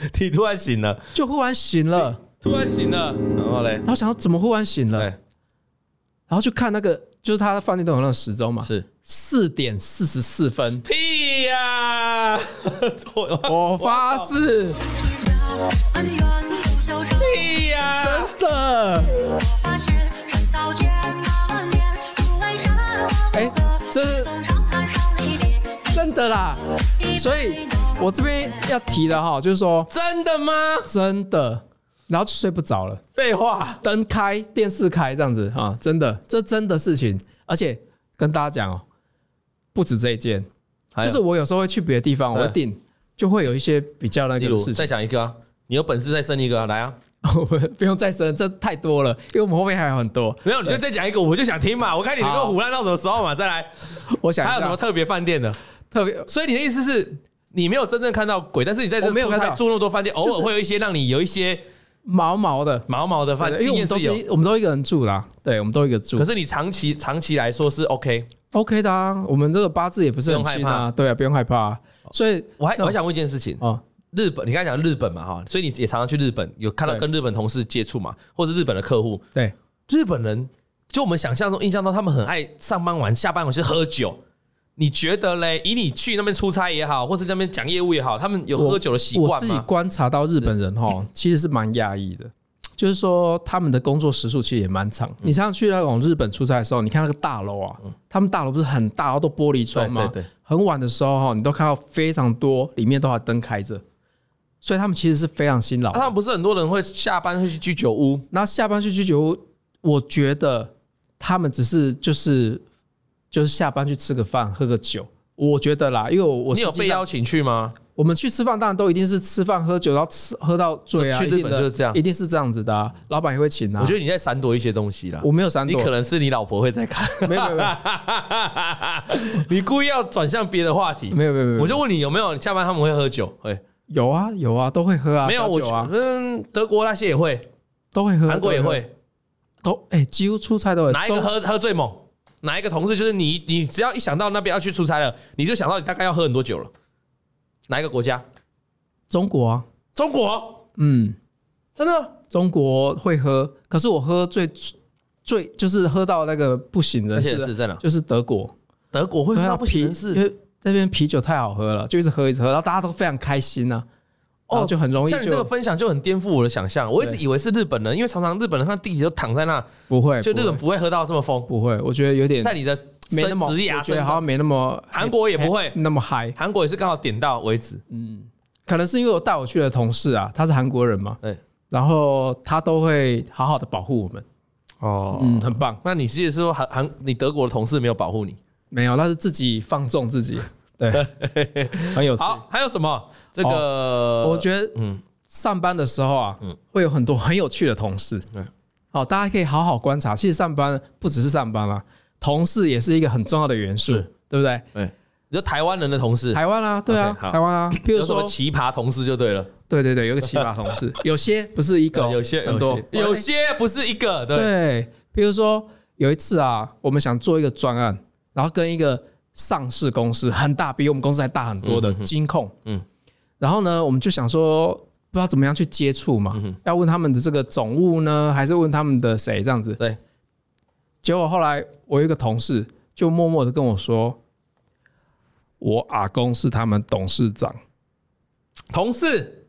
[SPEAKER 1] 是，你突然醒了，
[SPEAKER 2] 就忽然醒了。
[SPEAKER 1] 突然醒了，然后嘞，哎
[SPEAKER 2] 然后想要怎么忽然醒了，
[SPEAKER 1] 对
[SPEAKER 2] 然后去看那个，就是他的饭店都有那个时钟嘛，
[SPEAKER 1] 是。
[SPEAKER 2] 四点四十四分
[SPEAKER 1] 屁呀、 我
[SPEAKER 2] 我发誓，
[SPEAKER 3] 去绕，恩怨如纠缠。
[SPEAKER 1] 屁呀、
[SPEAKER 2] 真的，
[SPEAKER 3] 发现晨早间，那年竹外山，
[SPEAKER 2] 哎这是
[SPEAKER 3] 总长叹上离别。
[SPEAKER 2] 真的啦。所以我这边要提的哈，就是说
[SPEAKER 1] 真的吗？
[SPEAKER 2] 真的，然后就睡不着了，
[SPEAKER 1] 废话，
[SPEAKER 2] 灯开，电视开这样子啊，真的，这真的事情。而且跟大家讲哦，不止这一件，就
[SPEAKER 1] 就是是
[SPEAKER 2] 我有时候会去别的地方，我
[SPEAKER 1] 哎
[SPEAKER 2] 会订，就会有一些比较那
[SPEAKER 1] 例
[SPEAKER 2] 个
[SPEAKER 1] 如
[SPEAKER 2] 事情。
[SPEAKER 1] 再讲一个啊，你有本事再生一个、啊、来啊，
[SPEAKER 2] 我们不用再生了，这太多了，因为我们后面还有很多。
[SPEAKER 1] 没有你就再讲一个，我就想听嘛，我看你能够
[SPEAKER 2] 好
[SPEAKER 1] 胡乱到什么时候嘛，再来。
[SPEAKER 2] 我想一下
[SPEAKER 1] 还有什么特别饭店的？
[SPEAKER 2] 特别？
[SPEAKER 1] 所以你的意思是？你没有真正看到鬼，但是你在这
[SPEAKER 2] 我没有
[SPEAKER 1] 出差
[SPEAKER 2] 看到
[SPEAKER 1] 住那么多饭店，偶
[SPEAKER 2] 是
[SPEAKER 1] 尔会有一些让你有一些
[SPEAKER 2] 毛毛的，
[SPEAKER 1] 毛毛的饭
[SPEAKER 2] 对因为
[SPEAKER 1] 经
[SPEAKER 2] 我们
[SPEAKER 1] 验
[SPEAKER 2] 都
[SPEAKER 1] 是有，
[SPEAKER 2] 是我们都一个人住啦，对，我们都一个住
[SPEAKER 1] 可是你长期长期来说是 OK。
[SPEAKER 2] ，OK 的啊。我们这个八字也不是很
[SPEAKER 1] 不
[SPEAKER 2] 轻
[SPEAKER 1] 用害怕
[SPEAKER 2] 啊，对啊，不用害怕啊。所以
[SPEAKER 1] 我还我
[SPEAKER 2] 那
[SPEAKER 1] 还想问一件事情，
[SPEAKER 2] 哦，
[SPEAKER 1] 日本，你刚才讲日本嘛哈，所以你也常常去日本，有看到
[SPEAKER 2] 对
[SPEAKER 1] 跟日本同事接触嘛，或者日本的客户，
[SPEAKER 2] 对，
[SPEAKER 1] 日本人就我们想象中、印象中，他们很爱上班完、下班完去喝酒。你觉得嘞？以你去那边出差也好，或是那边讲业务也好，他们有喝酒的习
[SPEAKER 2] 我
[SPEAKER 1] 惯
[SPEAKER 2] 自己
[SPEAKER 1] 吗？
[SPEAKER 2] 观察到日本人哈，其实是蛮压抑的。就是说，他们的工作时数其实也蛮
[SPEAKER 1] 嗯
[SPEAKER 2] 长。你常常去那种日本出差的时候，你看那个大楼啊，他们大楼不是很大，然后都玻璃窗吗？
[SPEAKER 1] 对对对
[SPEAKER 2] 很晚的时候哈，你都看到非常多，里面都还灯开着，所以他们其实是非常辛劳
[SPEAKER 1] 啊
[SPEAKER 2] 的。
[SPEAKER 1] 他们不是很多人会下班会去居酒屋，
[SPEAKER 2] 那下班去居酒屋，我觉得他们只是就是就是下班去吃个饭喝个酒，我觉得啦，因为我我
[SPEAKER 1] 你有
[SPEAKER 2] 实际
[SPEAKER 1] 被
[SPEAKER 2] 上
[SPEAKER 1] 邀请去吗？
[SPEAKER 2] 我们去吃饭，当然都一定是吃饭喝酒，然后吃喝到醉啊，
[SPEAKER 1] 去
[SPEAKER 2] 一
[SPEAKER 1] 日本
[SPEAKER 2] 定的
[SPEAKER 1] 就是这样
[SPEAKER 2] 一定是这样子的、啊，老板也会请啊。
[SPEAKER 1] 我觉得你在闪躲一些东西啦。
[SPEAKER 2] 我没有闪
[SPEAKER 1] 你
[SPEAKER 2] 躲，
[SPEAKER 1] 可能是你老婆会在看，
[SPEAKER 2] 没有没有没
[SPEAKER 1] 你故意要转向别的话题
[SPEAKER 2] 有。没有 没有没有，
[SPEAKER 1] 我就问你有没有你下班他们会喝酒？会
[SPEAKER 2] 有啊有啊，都会喝啊，
[SPEAKER 1] 没有？我
[SPEAKER 2] 调酒啊
[SPEAKER 1] 嗯，德国那些也会，
[SPEAKER 2] 都会喝，
[SPEAKER 1] 韩国也
[SPEAKER 2] 都喝，
[SPEAKER 1] 会。
[SPEAKER 2] 都哎、几乎出差都有。
[SPEAKER 1] 哪一个
[SPEAKER 2] 中
[SPEAKER 1] 喝喝最猛？哪一个同事就是你？你只要一想到那边要去出差了，你就想到你大概要喝很多酒了。哪一个国家？
[SPEAKER 2] 中国啊，
[SPEAKER 1] 中国？
[SPEAKER 2] 嗯，
[SPEAKER 1] 真的？
[SPEAKER 2] 中国会喝，可是我喝最最就是喝到那个不省
[SPEAKER 1] 而
[SPEAKER 2] 人
[SPEAKER 1] 且
[SPEAKER 2] 事的
[SPEAKER 1] 是真的。
[SPEAKER 2] 就是德国，
[SPEAKER 1] 德国会
[SPEAKER 2] 对
[SPEAKER 1] 喝
[SPEAKER 2] 啊
[SPEAKER 1] 到不省人
[SPEAKER 2] 啤因
[SPEAKER 1] 事，
[SPEAKER 2] 为那边啤酒太好喝了，就一直喝一直喝，然后大家都非常开心呐、啊然后就很容易
[SPEAKER 1] 哦像你这个
[SPEAKER 2] 就
[SPEAKER 1] 分享就很颠覆我的想象，我一直
[SPEAKER 2] 对
[SPEAKER 1] 以为是日本人，因为常常日本人他地铁都躺在那，
[SPEAKER 2] 不会，
[SPEAKER 1] 就
[SPEAKER 2] 不
[SPEAKER 1] 日本
[SPEAKER 2] 会
[SPEAKER 1] 不会喝到这么疯，
[SPEAKER 2] 不会，我觉得有点
[SPEAKER 1] 在你的
[SPEAKER 2] 没那
[SPEAKER 1] 生
[SPEAKER 2] 么，
[SPEAKER 1] 职涯
[SPEAKER 2] 我觉
[SPEAKER 1] 生
[SPEAKER 2] 得好像没那么
[SPEAKER 1] 韩国也不会
[SPEAKER 2] 那么嗨，
[SPEAKER 1] 韩国也是刚好点到为止，
[SPEAKER 2] 可能是因为我带我去的同事啊，他是韩国人嘛，
[SPEAKER 1] 对，
[SPEAKER 2] 然后他都会好好的保护我们，
[SPEAKER 1] 哦，
[SPEAKER 2] 嗯，很棒。
[SPEAKER 1] 那你其实是说韩韩你德国的同事没有保护你？
[SPEAKER 2] 没有，那是自己放纵自 己，对，很有趣。
[SPEAKER 1] 好，还有什么？这个
[SPEAKER 2] 我觉得
[SPEAKER 1] 嗯，
[SPEAKER 2] 上班的时候啊，会有很多很有趣的同事
[SPEAKER 1] 对，
[SPEAKER 2] 好，大家可以好好观察。其实上班不只是上班啦、啊同事也是一个很重要的元素
[SPEAKER 1] 是，
[SPEAKER 2] 对不对？
[SPEAKER 1] 哎，你说台湾人的同事，
[SPEAKER 2] 台湾啊，对啊
[SPEAKER 1] OK，好
[SPEAKER 2] 台湾啊，譬
[SPEAKER 1] 有
[SPEAKER 2] 如
[SPEAKER 1] 什么
[SPEAKER 2] 说，
[SPEAKER 1] 奇葩同事就对了，
[SPEAKER 2] 对对对，有个奇葩同 事，有些不是一个哦，
[SPEAKER 1] 有些
[SPEAKER 2] 很多，
[SPEAKER 1] 有些有些不是一个，对，
[SPEAKER 2] 对，比如说有一次啊，我们想做一个专案，然后跟一个上市公司很大，比我们公司还大很多的
[SPEAKER 1] 嗯哼
[SPEAKER 2] 金控，
[SPEAKER 1] 嗯
[SPEAKER 2] 然后呢，我们就想说不知道怎么样去接触嘛，要问他们的这个总务呢，还是问他们的谁这样子？
[SPEAKER 1] 对。
[SPEAKER 2] 结果后来我有一个同事就默默的跟我说，我阿公是他们董事长，
[SPEAKER 1] 同事、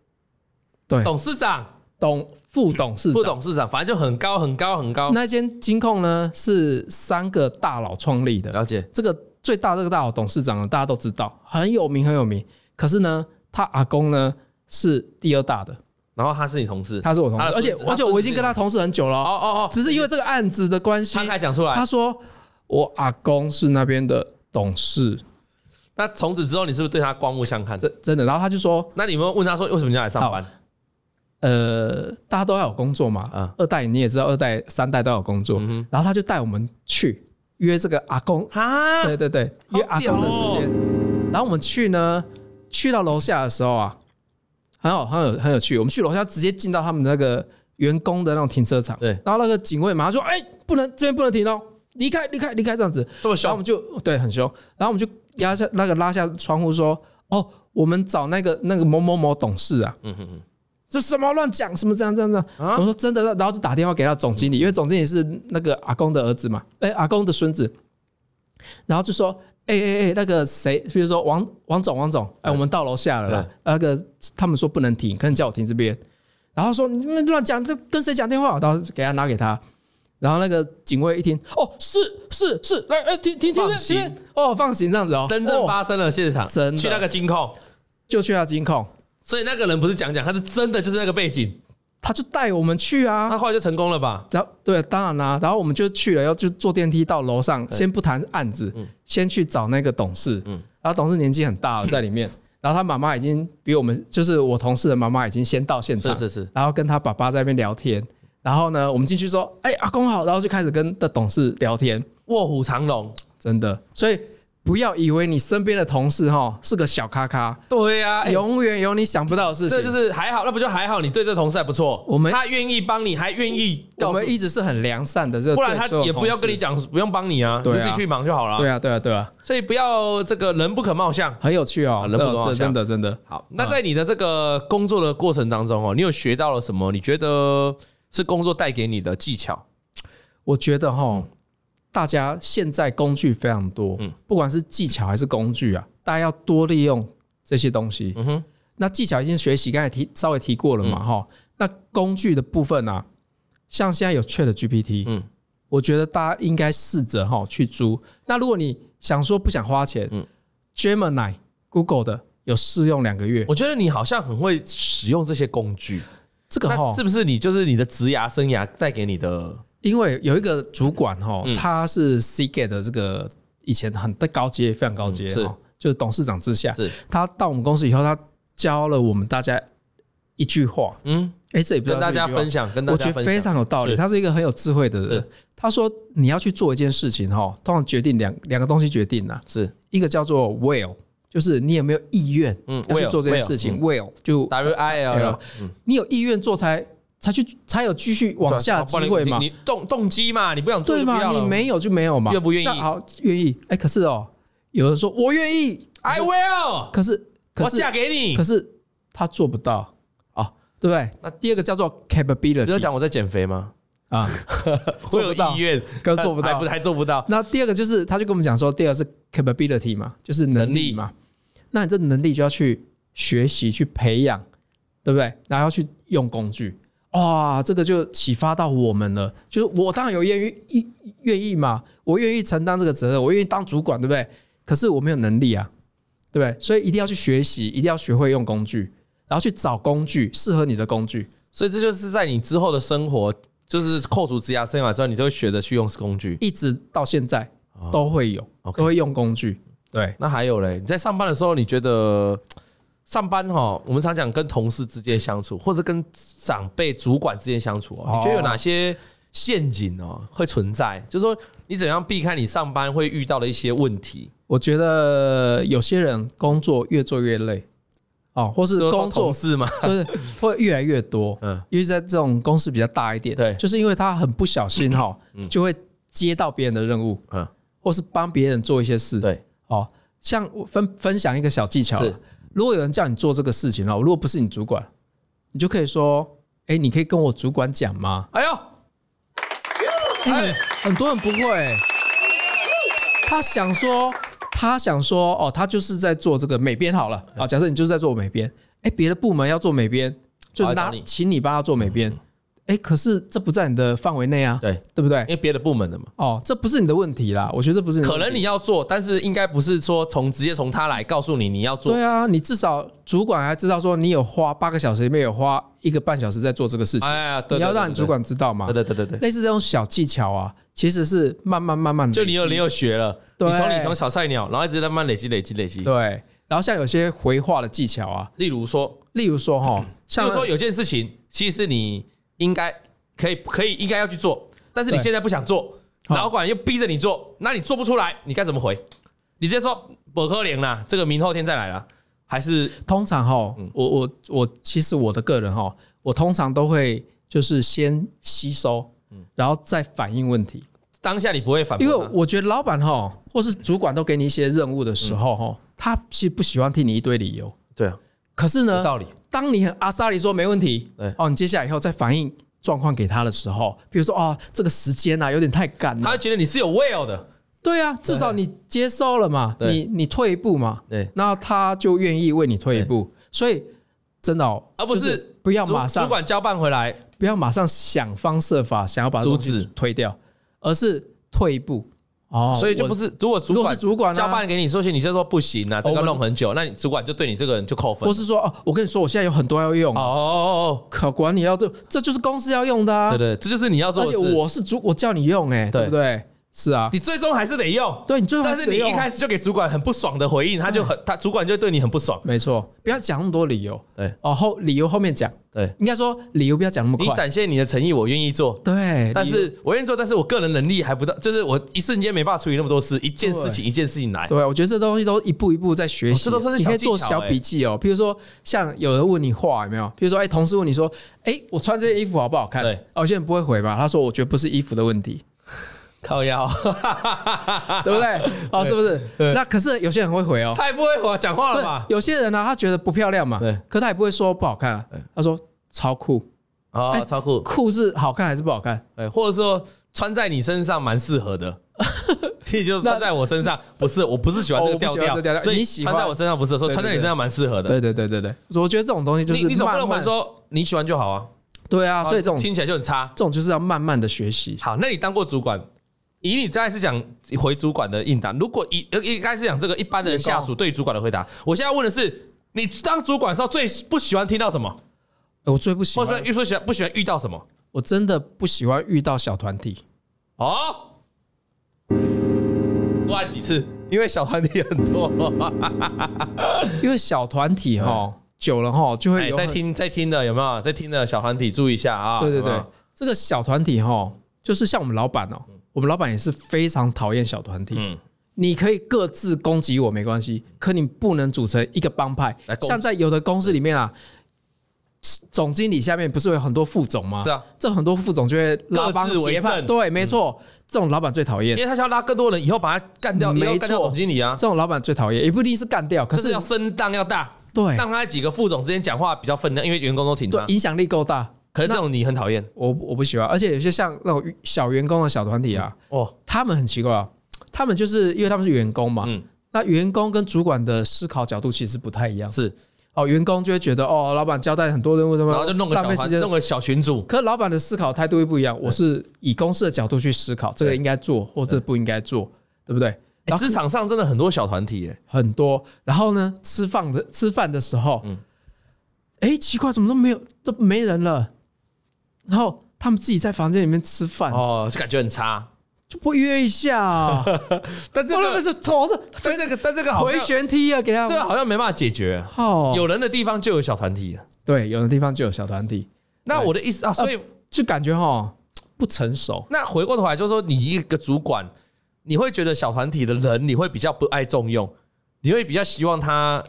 [SPEAKER 2] 对，
[SPEAKER 1] 董事长、
[SPEAKER 2] 董副董事
[SPEAKER 1] 哦副
[SPEAKER 2] 长。
[SPEAKER 1] 董事长，反正就很高、很高、很高。
[SPEAKER 2] 那间金控呢是三个大佬创立的，
[SPEAKER 1] 了解，
[SPEAKER 2] 这个最大这个大佬董事长呢，大家都知道，很有名很有名。可是呢，他阿公呢是第二大的，
[SPEAKER 1] 然后他是你同事，
[SPEAKER 2] 他是我同事，
[SPEAKER 1] 他的
[SPEAKER 2] 而且而且
[SPEAKER 1] 孙子啊他孙子
[SPEAKER 2] 我已经跟他同事很久了
[SPEAKER 1] 哦
[SPEAKER 2] 哦，
[SPEAKER 1] 哦哦，
[SPEAKER 2] 只是因为这个案子的关系
[SPEAKER 1] 摊，开讲出来
[SPEAKER 2] 他。说我阿公是那边的董事，
[SPEAKER 1] 那从此之后，你是不是对他刮目相看？
[SPEAKER 2] 真真的。然后他就说，
[SPEAKER 1] 那你有没有问他说为什么你要来上班？
[SPEAKER 2] 呃，大家都要有工作嘛，
[SPEAKER 1] 嗯
[SPEAKER 2] 二代你也知道，二代三代都要有工作，
[SPEAKER 1] 嗯
[SPEAKER 2] 然后他就带我们去约这个阿公
[SPEAKER 1] 哼， 啊，
[SPEAKER 2] 对对对，
[SPEAKER 1] 好
[SPEAKER 2] 约阿公的时
[SPEAKER 1] 屌哦
[SPEAKER 2] 间。然后我们去呢，去到楼下的时候啊，很好，很有很有趣。我们去楼下直接进到他们那个员工的那种停车场，
[SPEAKER 1] 对
[SPEAKER 2] 然后那个警卫马上说：“哎、不能这边不能停哦，离开离开离开这样子。”然后
[SPEAKER 1] 这么
[SPEAKER 2] 我
[SPEAKER 1] 凶
[SPEAKER 2] 们，就对很凶，然后我们就压下那个拉下窗户说：“哦，我们找那个那个某某某董事啊。”
[SPEAKER 1] 嗯哼哼，
[SPEAKER 2] 这什么乱讲，什么这样这样这样。
[SPEAKER 1] 啊
[SPEAKER 2] 我说真的，然后就打电话给他总经理，因为总经理是那个阿公的儿子嘛，哎、阿公的孙子，然后就说，哎哎哎，那个谁，比如说王王总王总，
[SPEAKER 1] 嗯
[SPEAKER 2] 哎、我们到楼下了啦，那个他们说不能停，可能叫我停这边，然后说你们乱讲，这跟谁讲电话？然后给他拿给他。然后那个警卫一听，哦，是是是，来，哎，停停停
[SPEAKER 1] 放行
[SPEAKER 2] 停，停哦，放行这样子哦，
[SPEAKER 1] 真正
[SPEAKER 2] 哦
[SPEAKER 1] 发生了现场，
[SPEAKER 2] 真的
[SPEAKER 1] 去那个金控，
[SPEAKER 2] 就去他监控，
[SPEAKER 1] 所以那个人不是讲讲，他是真的就是那个背景，
[SPEAKER 2] 他就带我们去啊，
[SPEAKER 1] 那后来就成功了吧？
[SPEAKER 2] 然后对，当然啦、然后我们就去了，要就坐电梯到楼上，先不谈案子，先去找那个董事。
[SPEAKER 1] 嗯
[SPEAKER 2] 然后董事年纪很大了，在里面，然后他妈妈已经比我们，就是我同事的妈妈已经先到现场，
[SPEAKER 1] 是是是，
[SPEAKER 2] 然后跟他爸爸在那边聊天。然后呢，我们进去说：“哎、阿公好。”然后就开始跟的董事聊天，
[SPEAKER 1] 卧虎藏龙，
[SPEAKER 2] 真的。所以不要以为你身边的同事哈是个小咖咖，
[SPEAKER 1] 对呀、哎
[SPEAKER 2] 永远有你想不到的事情。
[SPEAKER 1] 这就是还好，那不就还好？你对这同事还不错，
[SPEAKER 2] 我们
[SPEAKER 1] 他愿意帮你，还愿意
[SPEAKER 2] 我
[SPEAKER 1] 告诉
[SPEAKER 2] 们
[SPEAKER 1] 你，
[SPEAKER 2] 一直是很良善的，这
[SPEAKER 1] 不然
[SPEAKER 2] 对
[SPEAKER 1] 他
[SPEAKER 2] 所有
[SPEAKER 1] 也不要
[SPEAKER 2] 同事
[SPEAKER 1] 跟你讲，不用帮你啊，你
[SPEAKER 2] 对啊
[SPEAKER 1] 就自己去忙就好了。
[SPEAKER 2] 对啊，对啊，对啊，
[SPEAKER 1] 所以不要这个人不可貌相。
[SPEAKER 2] 很有趣哦
[SPEAKER 1] 啊，人不
[SPEAKER 2] 这
[SPEAKER 1] 多好
[SPEAKER 2] 这
[SPEAKER 1] 笑
[SPEAKER 2] 真的真的。
[SPEAKER 1] 好，嗯那在你的这个工作的过程当中哦，你有学到了什么？你觉得是工作带给你的技巧？
[SPEAKER 2] 我觉得哈，大家现在工具非常多，
[SPEAKER 1] 嗯
[SPEAKER 2] 不管是技巧还是工具啊，大家要多利用这些东西。
[SPEAKER 1] 嗯哼，嗯
[SPEAKER 2] 那技巧已经学习，刚才提稍微提过了嘛，哈、那工具的部分啊，像现在有 Chat GPT，
[SPEAKER 1] 嗯
[SPEAKER 2] 我觉得大家应该试着哈去租。那如果你想说不想花钱，
[SPEAKER 1] 嗯
[SPEAKER 2] Gemini、Google 的有试用两个月，
[SPEAKER 1] 我觉得你好像很会使用这些工具，
[SPEAKER 2] 这个
[SPEAKER 1] 那
[SPEAKER 2] 哈
[SPEAKER 1] 是，不是你就是你的职涯生涯带给你的？
[SPEAKER 2] 因为有一个主管哈
[SPEAKER 1] 嗯，
[SPEAKER 2] 他是 Seagate 的这个以前很高阶，非常高阶
[SPEAKER 1] 嗯是
[SPEAKER 2] 哈，就是董事长之下，
[SPEAKER 1] 是，
[SPEAKER 2] 他到我们公司以后，他教了我们大家一句话，
[SPEAKER 1] 嗯，
[SPEAKER 2] 哎，这也不知
[SPEAKER 1] 跟
[SPEAKER 2] 道
[SPEAKER 1] 大
[SPEAKER 2] 是一句
[SPEAKER 1] 家
[SPEAKER 2] 话
[SPEAKER 1] 分享，跟大
[SPEAKER 2] 我
[SPEAKER 1] 家
[SPEAKER 2] 觉得
[SPEAKER 1] 分
[SPEAKER 2] 非
[SPEAKER 1] 享，
[SPEAKER 2] 常有道理。
[SPEAKER 1] 是
[SPEAKER 2] 他是一个很有智慧的人
[SPEAKER 1] 是。
[SPEAKER 2] 他说你要去做一件事情哈，通常决定两两个东西决定呐、
[SPEAKER 1] 是，
[SPEAKER 2] 一个叫做 will，就是你有没有意愿
[SPEAKER 1] 嗯
[SPEAKER 2] 要去
[SPEAKER 1] will，
[SPEAKER 2] 做这件
[SPEAKER 1] will，嗯
[SPEAKER 2] 事情。will 就哎
[SPEAKER 1] W I L，啊
[SPEAKER 2] 你有意愿做才才去才有继续
[SPEAKER 1] 啊
[SPEAKER 2] 往
[SPEAKER 1] 哦
[SPEAKER 2] 下的机会嘛
[SPEAKER 1] 你。你动动机嘛，你不想做
[SPEAKER 2] 对
[SPEAKER 1] 就不
[SPEAKER 2] 嘛？
[SPEAKER 1] 要了
[SPEAKER 2] 你没有就没有嘛。
[SPEAKER 1] 愿不愿意
[SPEAKER 2] 那好，愿意。哎，可是哦，有人说我愿意，
[SPEAKER 1] ，I will，
[SPEAKER 2] 可是可
[SPEAKER 1] 我
[SPEAKER 2] 是
[SPEAKER 1] 嫁给你
[SPEAKER 2] 可。是他做不到
[SPEAKER 1] 哦，
[SPEAKER 2] 对不对？
[SPEAKER 1] 那
[SPEAKER 2] 那第二个叫做
[SPEAKER 1] 不要
[SPEAKER 2] capability
[SPEAKER 1] 讲我在减肥吗？
[SPEAKER 2] 啊，
[SPEAKER 1] 我
[SPEAKER 2] 做
[SPEAKER 1] 有
[SPEAKER 2] 不到
[SPEAKER 1] 意愿，
[SPEAKER 2] 可是做不
[SPEAKER 1] 还
[SPEAKER 2] 到
[SPEAKER 1] 不。还做不到。
[SPEAKER 2] 那第二个就是，他就跟我们讲说，第二个是 capability 嘛，就是能力嘛。那你这能力就要去学习、去培养，对不对？然后要去用工具，哇，这个就启发到我们了。就是我当然有愿意意愿意嘛，我愿意承担这个责任，我愿意当主管，对不对？可是我没有能力啊，对不对？所以一定要去学习，一定要学会用工具，然后去找工具适合你的工具。
[SPEAKER 1] 所以这就是在你之后的生活，就是扣除职涯生涯之后，你就会学着去用工具。
[SPEAKER 2] 一直到现在
[SPEAKER 1] 哦
[SPEAKER 2] 都会有，
[SPEAKER 1] OK
[SPEAKER 2] 都会用工具。对，
[SPEAKER 1] 那还有嘞，你在上班的时候，你觉得上班哈，我们常讲跟同事之间相处，或者跟长辈、主管之间相处哦，
[SPEAKER 2] 哦
[SPEAKER 1] 你觉得有哪些陷阱哦会存在？就是说，你怎样避开你上班会遇到的一些问题？
[SPEAKER 2] 我觉得有些人工作越做越累，哦，或是
[SPEAKER 1] 说
[SPEAKER 2] 工作
[SPEAKER 1] 同事嘛，
[SPEAKER 2] 就是会越来越多，
[SPEAKER 1] 嗯，
[SPEAKER 2] 尤其在这种公司比较大一点，
[SPEAKER 1] 对
[SPEAKER 2] 就是因为他很不小心哈、
[SPEAKER 1] 嗯
[SPEAKER 2] 就会接到别人的任务，
[SPEAKER 1] 嗯
[SPEAKER 2] 嗯，或是帮别人做一些事，
[SPEAKER 1] 对，
[SPEAKER 2] 哦，像我分分享一个小技巧啊
[SPEAKER 1] 是，
[SPEAKER 2] 如果有人叫你做这个事情哦，如果不是你主管，你就可以说，哎、你可以跟我主管讲吗？
[SPEAKER 1] 哎呦，
[SPEAKER 2] 哎，很多人不会、他想说，他想说，哦，他就是在做这个美编好了
[SPEAKER 1] 嗯
[SPEAKER 2] 啊。假设你就是在做美编，哎，别的部门要做美编，就
[SPEAKER 1] 我来找
[SPEAKER 2] 拿
[SPEAKER 1] 你嗯
[SPEAKER 2] 请你帮他做美编，哎，可是这不在你的范围内啊，
[SPEAKER 1] 对，
[SPEAKER 2] 对不
[SPEAKER 1] 因
[SPEAKER 2] 对？
[SPEAKER 1] 为别的部门的嘛，
[SPEAKER 2] 哦，这不是你的问题啦，我觉得这不是你的
[SPEAKER 1] 可
[SPEAKER 2] 问题
[SPEAKER 1] 能你要做，但是应该不是说从直接从他来告诉你你要做
[SPEAKER 2] 对，啊，你至少主管还知道说你有花八个小时里面有花一个半小时在做这个事情，
[SPEAKER 1] 哎呀，对
[SPEAKER 2] 你要让你主，管知道嘛
[SPEAKER 1] 对。对对对对对，
[SPEAKER 2] 类似这种小技巧啊，其实是慢慢慢慢地
[SPEAKER 1] 就你有
[SPEAKER 2] 累积
[SPEAKER 1] 你有学了，
[SPEAKER 2] 对
[SPEAKER 1] 你从你从小菜鸟，然后一直在慢慢累积累积累积。
[SPEAKER 2] 对，然后像有些回话的技巧啊，
[SPEAKER 1] 例如说，
[SPEAKER 2] 例如说哈，
[SPEAKER 1] 嗯例
[SPEAKER 2] 像
[SPEAKER 1] 如说有件事情，其实是你应该可以可以应该要去做，但是你
[SPEAKER 2] 对
[SPEAKER 1] 现在不想做，
[SPEAKER 2] 好
[SPEAKER 1] 老管又逼着你做，那你做不出来，你该怎么回？你直接说不可能啦，这个明后天再来啦，还是
[SPEAKER 2] 通常哈，
[SPEAKER 1] 嗯
[SPEAKER 2] 我我我其实我的个人哈，我通常都会就是先吸收，然后再反映问题，
[SPEAKER 1] 当下你不会嗯反
[SPEAKER 2] 因为
[SPEAKER 1] 驳他？
[SPEAKER 2] 我觉得老板哈或是主管都给你一些任务的时候
[SPEAKER 1] 嗯
[SPEAKER 2] 哈，他其实不喜欢听你一堆理由，
[SPEAKER 1] 对啊，
[SPEAKER 2] 可是呢
[SPEAKER 1] 有，道理。
[SPEAKER 2] 当你很阿萨里说没问题
[SPEAKER 1] 对，
[SPEAKER 2] 哦，你接下来以后再反映状况给他的时候，比如说哦，这个时间啊有点太赶了
[SPEAKER 1] 他，会觉得你是有 will 的，
[SPEAKER 2] 对啊，至少你接收了嘛，
[SPEAKER 1] 对
[SPEAKER 2] 你你退一步嘛，
[SPEAKER 1] 对，
[SPEAKER 2] 那他就愿意为你退一步。所以真的、哦，
[SPEAKER 1] 啊而不
[SPEAKER 2] 就是不要
[SPEAKER 1] 主
[SPEAKER 2] 马
[SPEAKER 1] 主
[SPEAKER 2] 上
[SPEAKER 1] 管交办回来，
[SPEAKER 2] 不要马上想方设法想要把
[SPEAKER 1] 阻
[SPEAKER 2] 东西
[SPEAKER 1] 止
[SPEAKER 2] 推掉，而是退一步。哦，
[SPEAKER 1] 所以就
[SPEAKER 2] 我
[SPEAKER 1] 不是如果主
[SPEAKER 2] 如
[SPEAKER 1] 管
[SPEAKER 2] 果是主管啊哦
[SPEAKER 1] 交办给你说些，你就说不行啊，这
[SPEAKER 2] 我
[SPEAKER 1] 个
[SPEAKER 2] 们
[SPEAKER 1] 弄很久，那你主管就对你这个人就扣分
[SPEAKER 2] 或。是说哦，我跟你说，我现在有很多要用，
[SPEAKER 1] 哦哦
[SPEAKER 2] 可管你要对，这就是公司要用的
[SPEAKER 1] 哦，
[SPEAKER 2] 啊
[SPEAKER 1] 对。对，这就是你要做
[SPEAKER 2] 而
[SPEAKER 1] 的
[SPEAKER 2] 且
[SPEAKER 1] 事，
[SPEAKER 2] 我是主，我叫你用、哎，
[SPEAKER 1] 对
[SPEAKER 2] 对不对？是啊，
[SPEAKER 1] 你最终还是得用。
[SPEAKER 2] 对你最后还
[SPEAKER 1] 但是你
[SPEAKER 2] 得用啊
[SPEAKER 1] 一开始就给主管很不爽的回应，他就很他主管就对你很不爽。
[SPEAKER 2] 没错，不要讲那么多理由。
[SPEAKER 1] 对
[SPEAKER 2] 哦，后理由后面讲，
[SPEAKER 1] 对
[SPEAKER 2] 应该说理由不要讲那么
[SPEAKER 1] 你
[SPEAKER 2] 快。
[SPEAKER 1] 展现你的诚意，我愿意做，
[SPEAKER 2] 对，
[SPEAKER 1] 但
[SPEAKER 2] 理由
[SPEAKER 1] 是我愿意做，但是我个人能力还不到，就是我一瞬间没办法处理那么多事，一件事情一件事情来。
[SPEAKER 2] 对，我觉得这东西都一步一步在学习、
[SPEAKER 1] 哦这都是
[SPEAKER 2] 你
[SPEAKER 1] 小
[SPEAKER 2] 可以
[SPEAKER 1] 技巧
[SPEAKER 2] 做小笔记哦。比如说，像有人问你话有没有？比如说，哎、同事问你说，哎、我穿这件衣服好不好看？
[SPEAKER 1] 对
[SPEAKER 2] 哦，有些人不会回吧？他说，我觉得不是衣服的问题，
[SPEAKER 1] 靠 腰，啊
[SPEAKER 2] 对 不对？哦，是不是？那可是有些人会回哦，
[SPEAKER 1] 太不会我讲话
[SPEAKER 2] 不
[SPEAKER 1] 了
[SPEAKER 2] 是
[SPEAKER 1] 吧？
[SPEAKER 2] 有些人呢、他觉得不漂亮嘛，
[SPEAKER 1] 对，
[SPEAKER 2] 可他也不会说不好看啊，他说超酷，
[SPEAKER 1] 哦
[SPEAKER 2] 哎，
[SPEAKER 1] 超酷，
[SPEAKER 2] 酷是好看还是不好看？
[SPEAKER 1] 哎，或者说穿在你身上蛮适 合的。你就穿在我身上，不是，我不是喜欢这
[SPEAKER 2] 哦
[SPEAKER 1] 个
[SPEAKER 2] 我不
[SPEAKER 1] 调
[SPEAKER 2] 喜欢这个调
[SPEAKER 1] 调，
[SPEAKER 2] 调
[SPEAKER 1] 所以
[SPEAKER 2] 你喜欢
[SPEAKER 1] 穿在我身上不是，说
[SPEAKER 2] 对
[SPEAKER 1] 穿在你
[SPEAKER 2] 对
[SPEAKER 1] 身上蛮适合的。
[SPEAKER 2] 对对对对对，我觉得这种东西就是
[SPEAKER 1] 你你总不能
[SPEAKER 2] 慢慢
[SPEAKER 1] 回说你喜欢就好啊，
[SPEAKER 2] 对啊，所以这种这
[SPEAKER 1] 听起来就很差。
[SPEAKER 2] 种就是要慢慢的学习。
[SPEAKER 1] 好，那你当过主管，以你刚才是讲回主管的应答，如果以呃应该是讲这个一般的下属对主管的回答，我现在问的是，你当主管的时候最不喜欢听到什么，
[SPEAKER 2] 哎我最不喜
[SPEAKER 1] 或者
[SPEAKER 2] 欢
[SPEAKER 1] 说，又说喜欢不喜欢遇到什么？
[SPEAKER 2] 我真的不喜欢遇到小团体。
[SPEAKER 1] 哦，多按几次，因为小团体很多。
[SPEAKER 2] 因为小团体哈，久了哈就会
[SPEAKER 1] 嗯哎，
[SPEAKER 2] 有
[SPEAKER 1] 在
[SPEAKER 2] 很
[SPEAKER 1] 听在听的有没有？在听的小团体注意一下啊！
[SPEAKER 2] 对对
[SPEAKER 1] 有没有
[SPEAKER 2] 对，这个小团体哈，就是像我们老板哦，我们老板也是非常讨厌小团体。
[SPEAKER 1] 嗯，
[SPEAKER 2] 你可以各自攻击我没关系，可你不能组成一个帮派
[SPEAKER 1] 来。攻击
[SPEAKER 2] 像在有的公司里面啊，总经理下面不是有很多副总吗？
[SPEAKER 1] 是啊，
[SPEAKER 2] 这很多副总就会拉帮
[SPEAKER 1] 各自为
[SPEAKER 2] 结派。
[SPEAKER 1] 政嗯
[SPEAKER 2] 对，没错，这种老板最讨厌
[SPEAKER 1] 因。为他想要拉更多人，以后把他干掉，以后
[SPEAKER 2] 没
[SPEAKER 1] 干掉
[SPEAKER 2] 错
[SPEAKER 1] 总经理啊，
[SPEAKER 2] 这种老板最讨厌，也不一定是干掉，可
[SPEAKER 1] 就是
[SPEAKER 2] 是
[SPEAKER 1] 要声量要大。
[SPEAKER 2] 对
[SPEAKER 1] 让啊他几个副总之间讲话比较分量，因为员工都挺
[SPEAKER 2] 对
[SPEAKER 1] 他。
[SPEAKER 2] 影响力够大，
[SPEAKER 1] 可是这种你很讨厌
[SPEAKER 2] 我我不喜欢。而且有些像那种小员工的小团体啊，
[SPEAKER 1] 哦，
[SPEAKER 2] 他们很奇怪啊，他们就是因为他们是员工嘛，
[SPEAKER 1] 嗯
[SPEAKER 2] 那员工跟主管的思考角度其实不太一样，
[SPEAKER 1] 是
[SPEAKER 2] 哦，员工就会觉得哦，老板交代很多任务，什么
[SPEAKER 1] 然后就弄个
[SPEAKER 2] 浪
[SPEAKER 1] 小
[SPEAKER 2] 费时
[SPEAKER 1] 团，
[SPEAKER 2] 间
[SPEAKER 1] 弄。个小群组，
[SPEAKER 2] 可是老板的思考态度会不一样，我是以公司的角度去思考，这个
[SPEAKER 1] 对
[SPEAKER 2] 应该做或这不应该做，对不对？
[SPEAKER 1] 欸
[SPEAKER 2] 然后
[SPEAKER 1] 职场上真的很多小团体，哎，
[SPEAKER 2] 很多，然后呢，吃饭的吃饭的时候，
[SPEAKER 1] 嗯
[SPEAKER 2] 哎，奇怪，怎么都没有，都没人了，然后他们自己在房间里面吃饭，
[SPEAKER 1] 哦，就感觉很差。
[SPEAKER 2] 就不约一下、 啊，
[SPEAKER 1] 但这
[SPEAKER 2] 我那
[SPEAKER 1] 个
[SPEAKER 2] 边，是头是
[SPEAKER 1] 但这个，但这个好
[SPEAKER 2] 回
[SPEAKER 1] 像，
[SPEAKER 2] 旋踢啊，给他
[SPEAKER 1] 这
[SPEAKER 2] 们
[SPEAKER 1] 个好像没办法解决。
[SPEAKER 2] 哦，
[SPEAKER 1] 有人的地方就有小团体。啊
[SPEAKER 2] 对，有的地方就有小团体，
[SPEAKER 1] 那我的意思
[SPEAKER 2] 呃
[SPEAKER 1] 啊，所以
[SPEAKER 2] 就感觉哈不成熟，
[SPEAKER 1] 那回过头来就是说，你一个主管，你会觉得小团体的人，你会比较不爱重用，你会比较希望他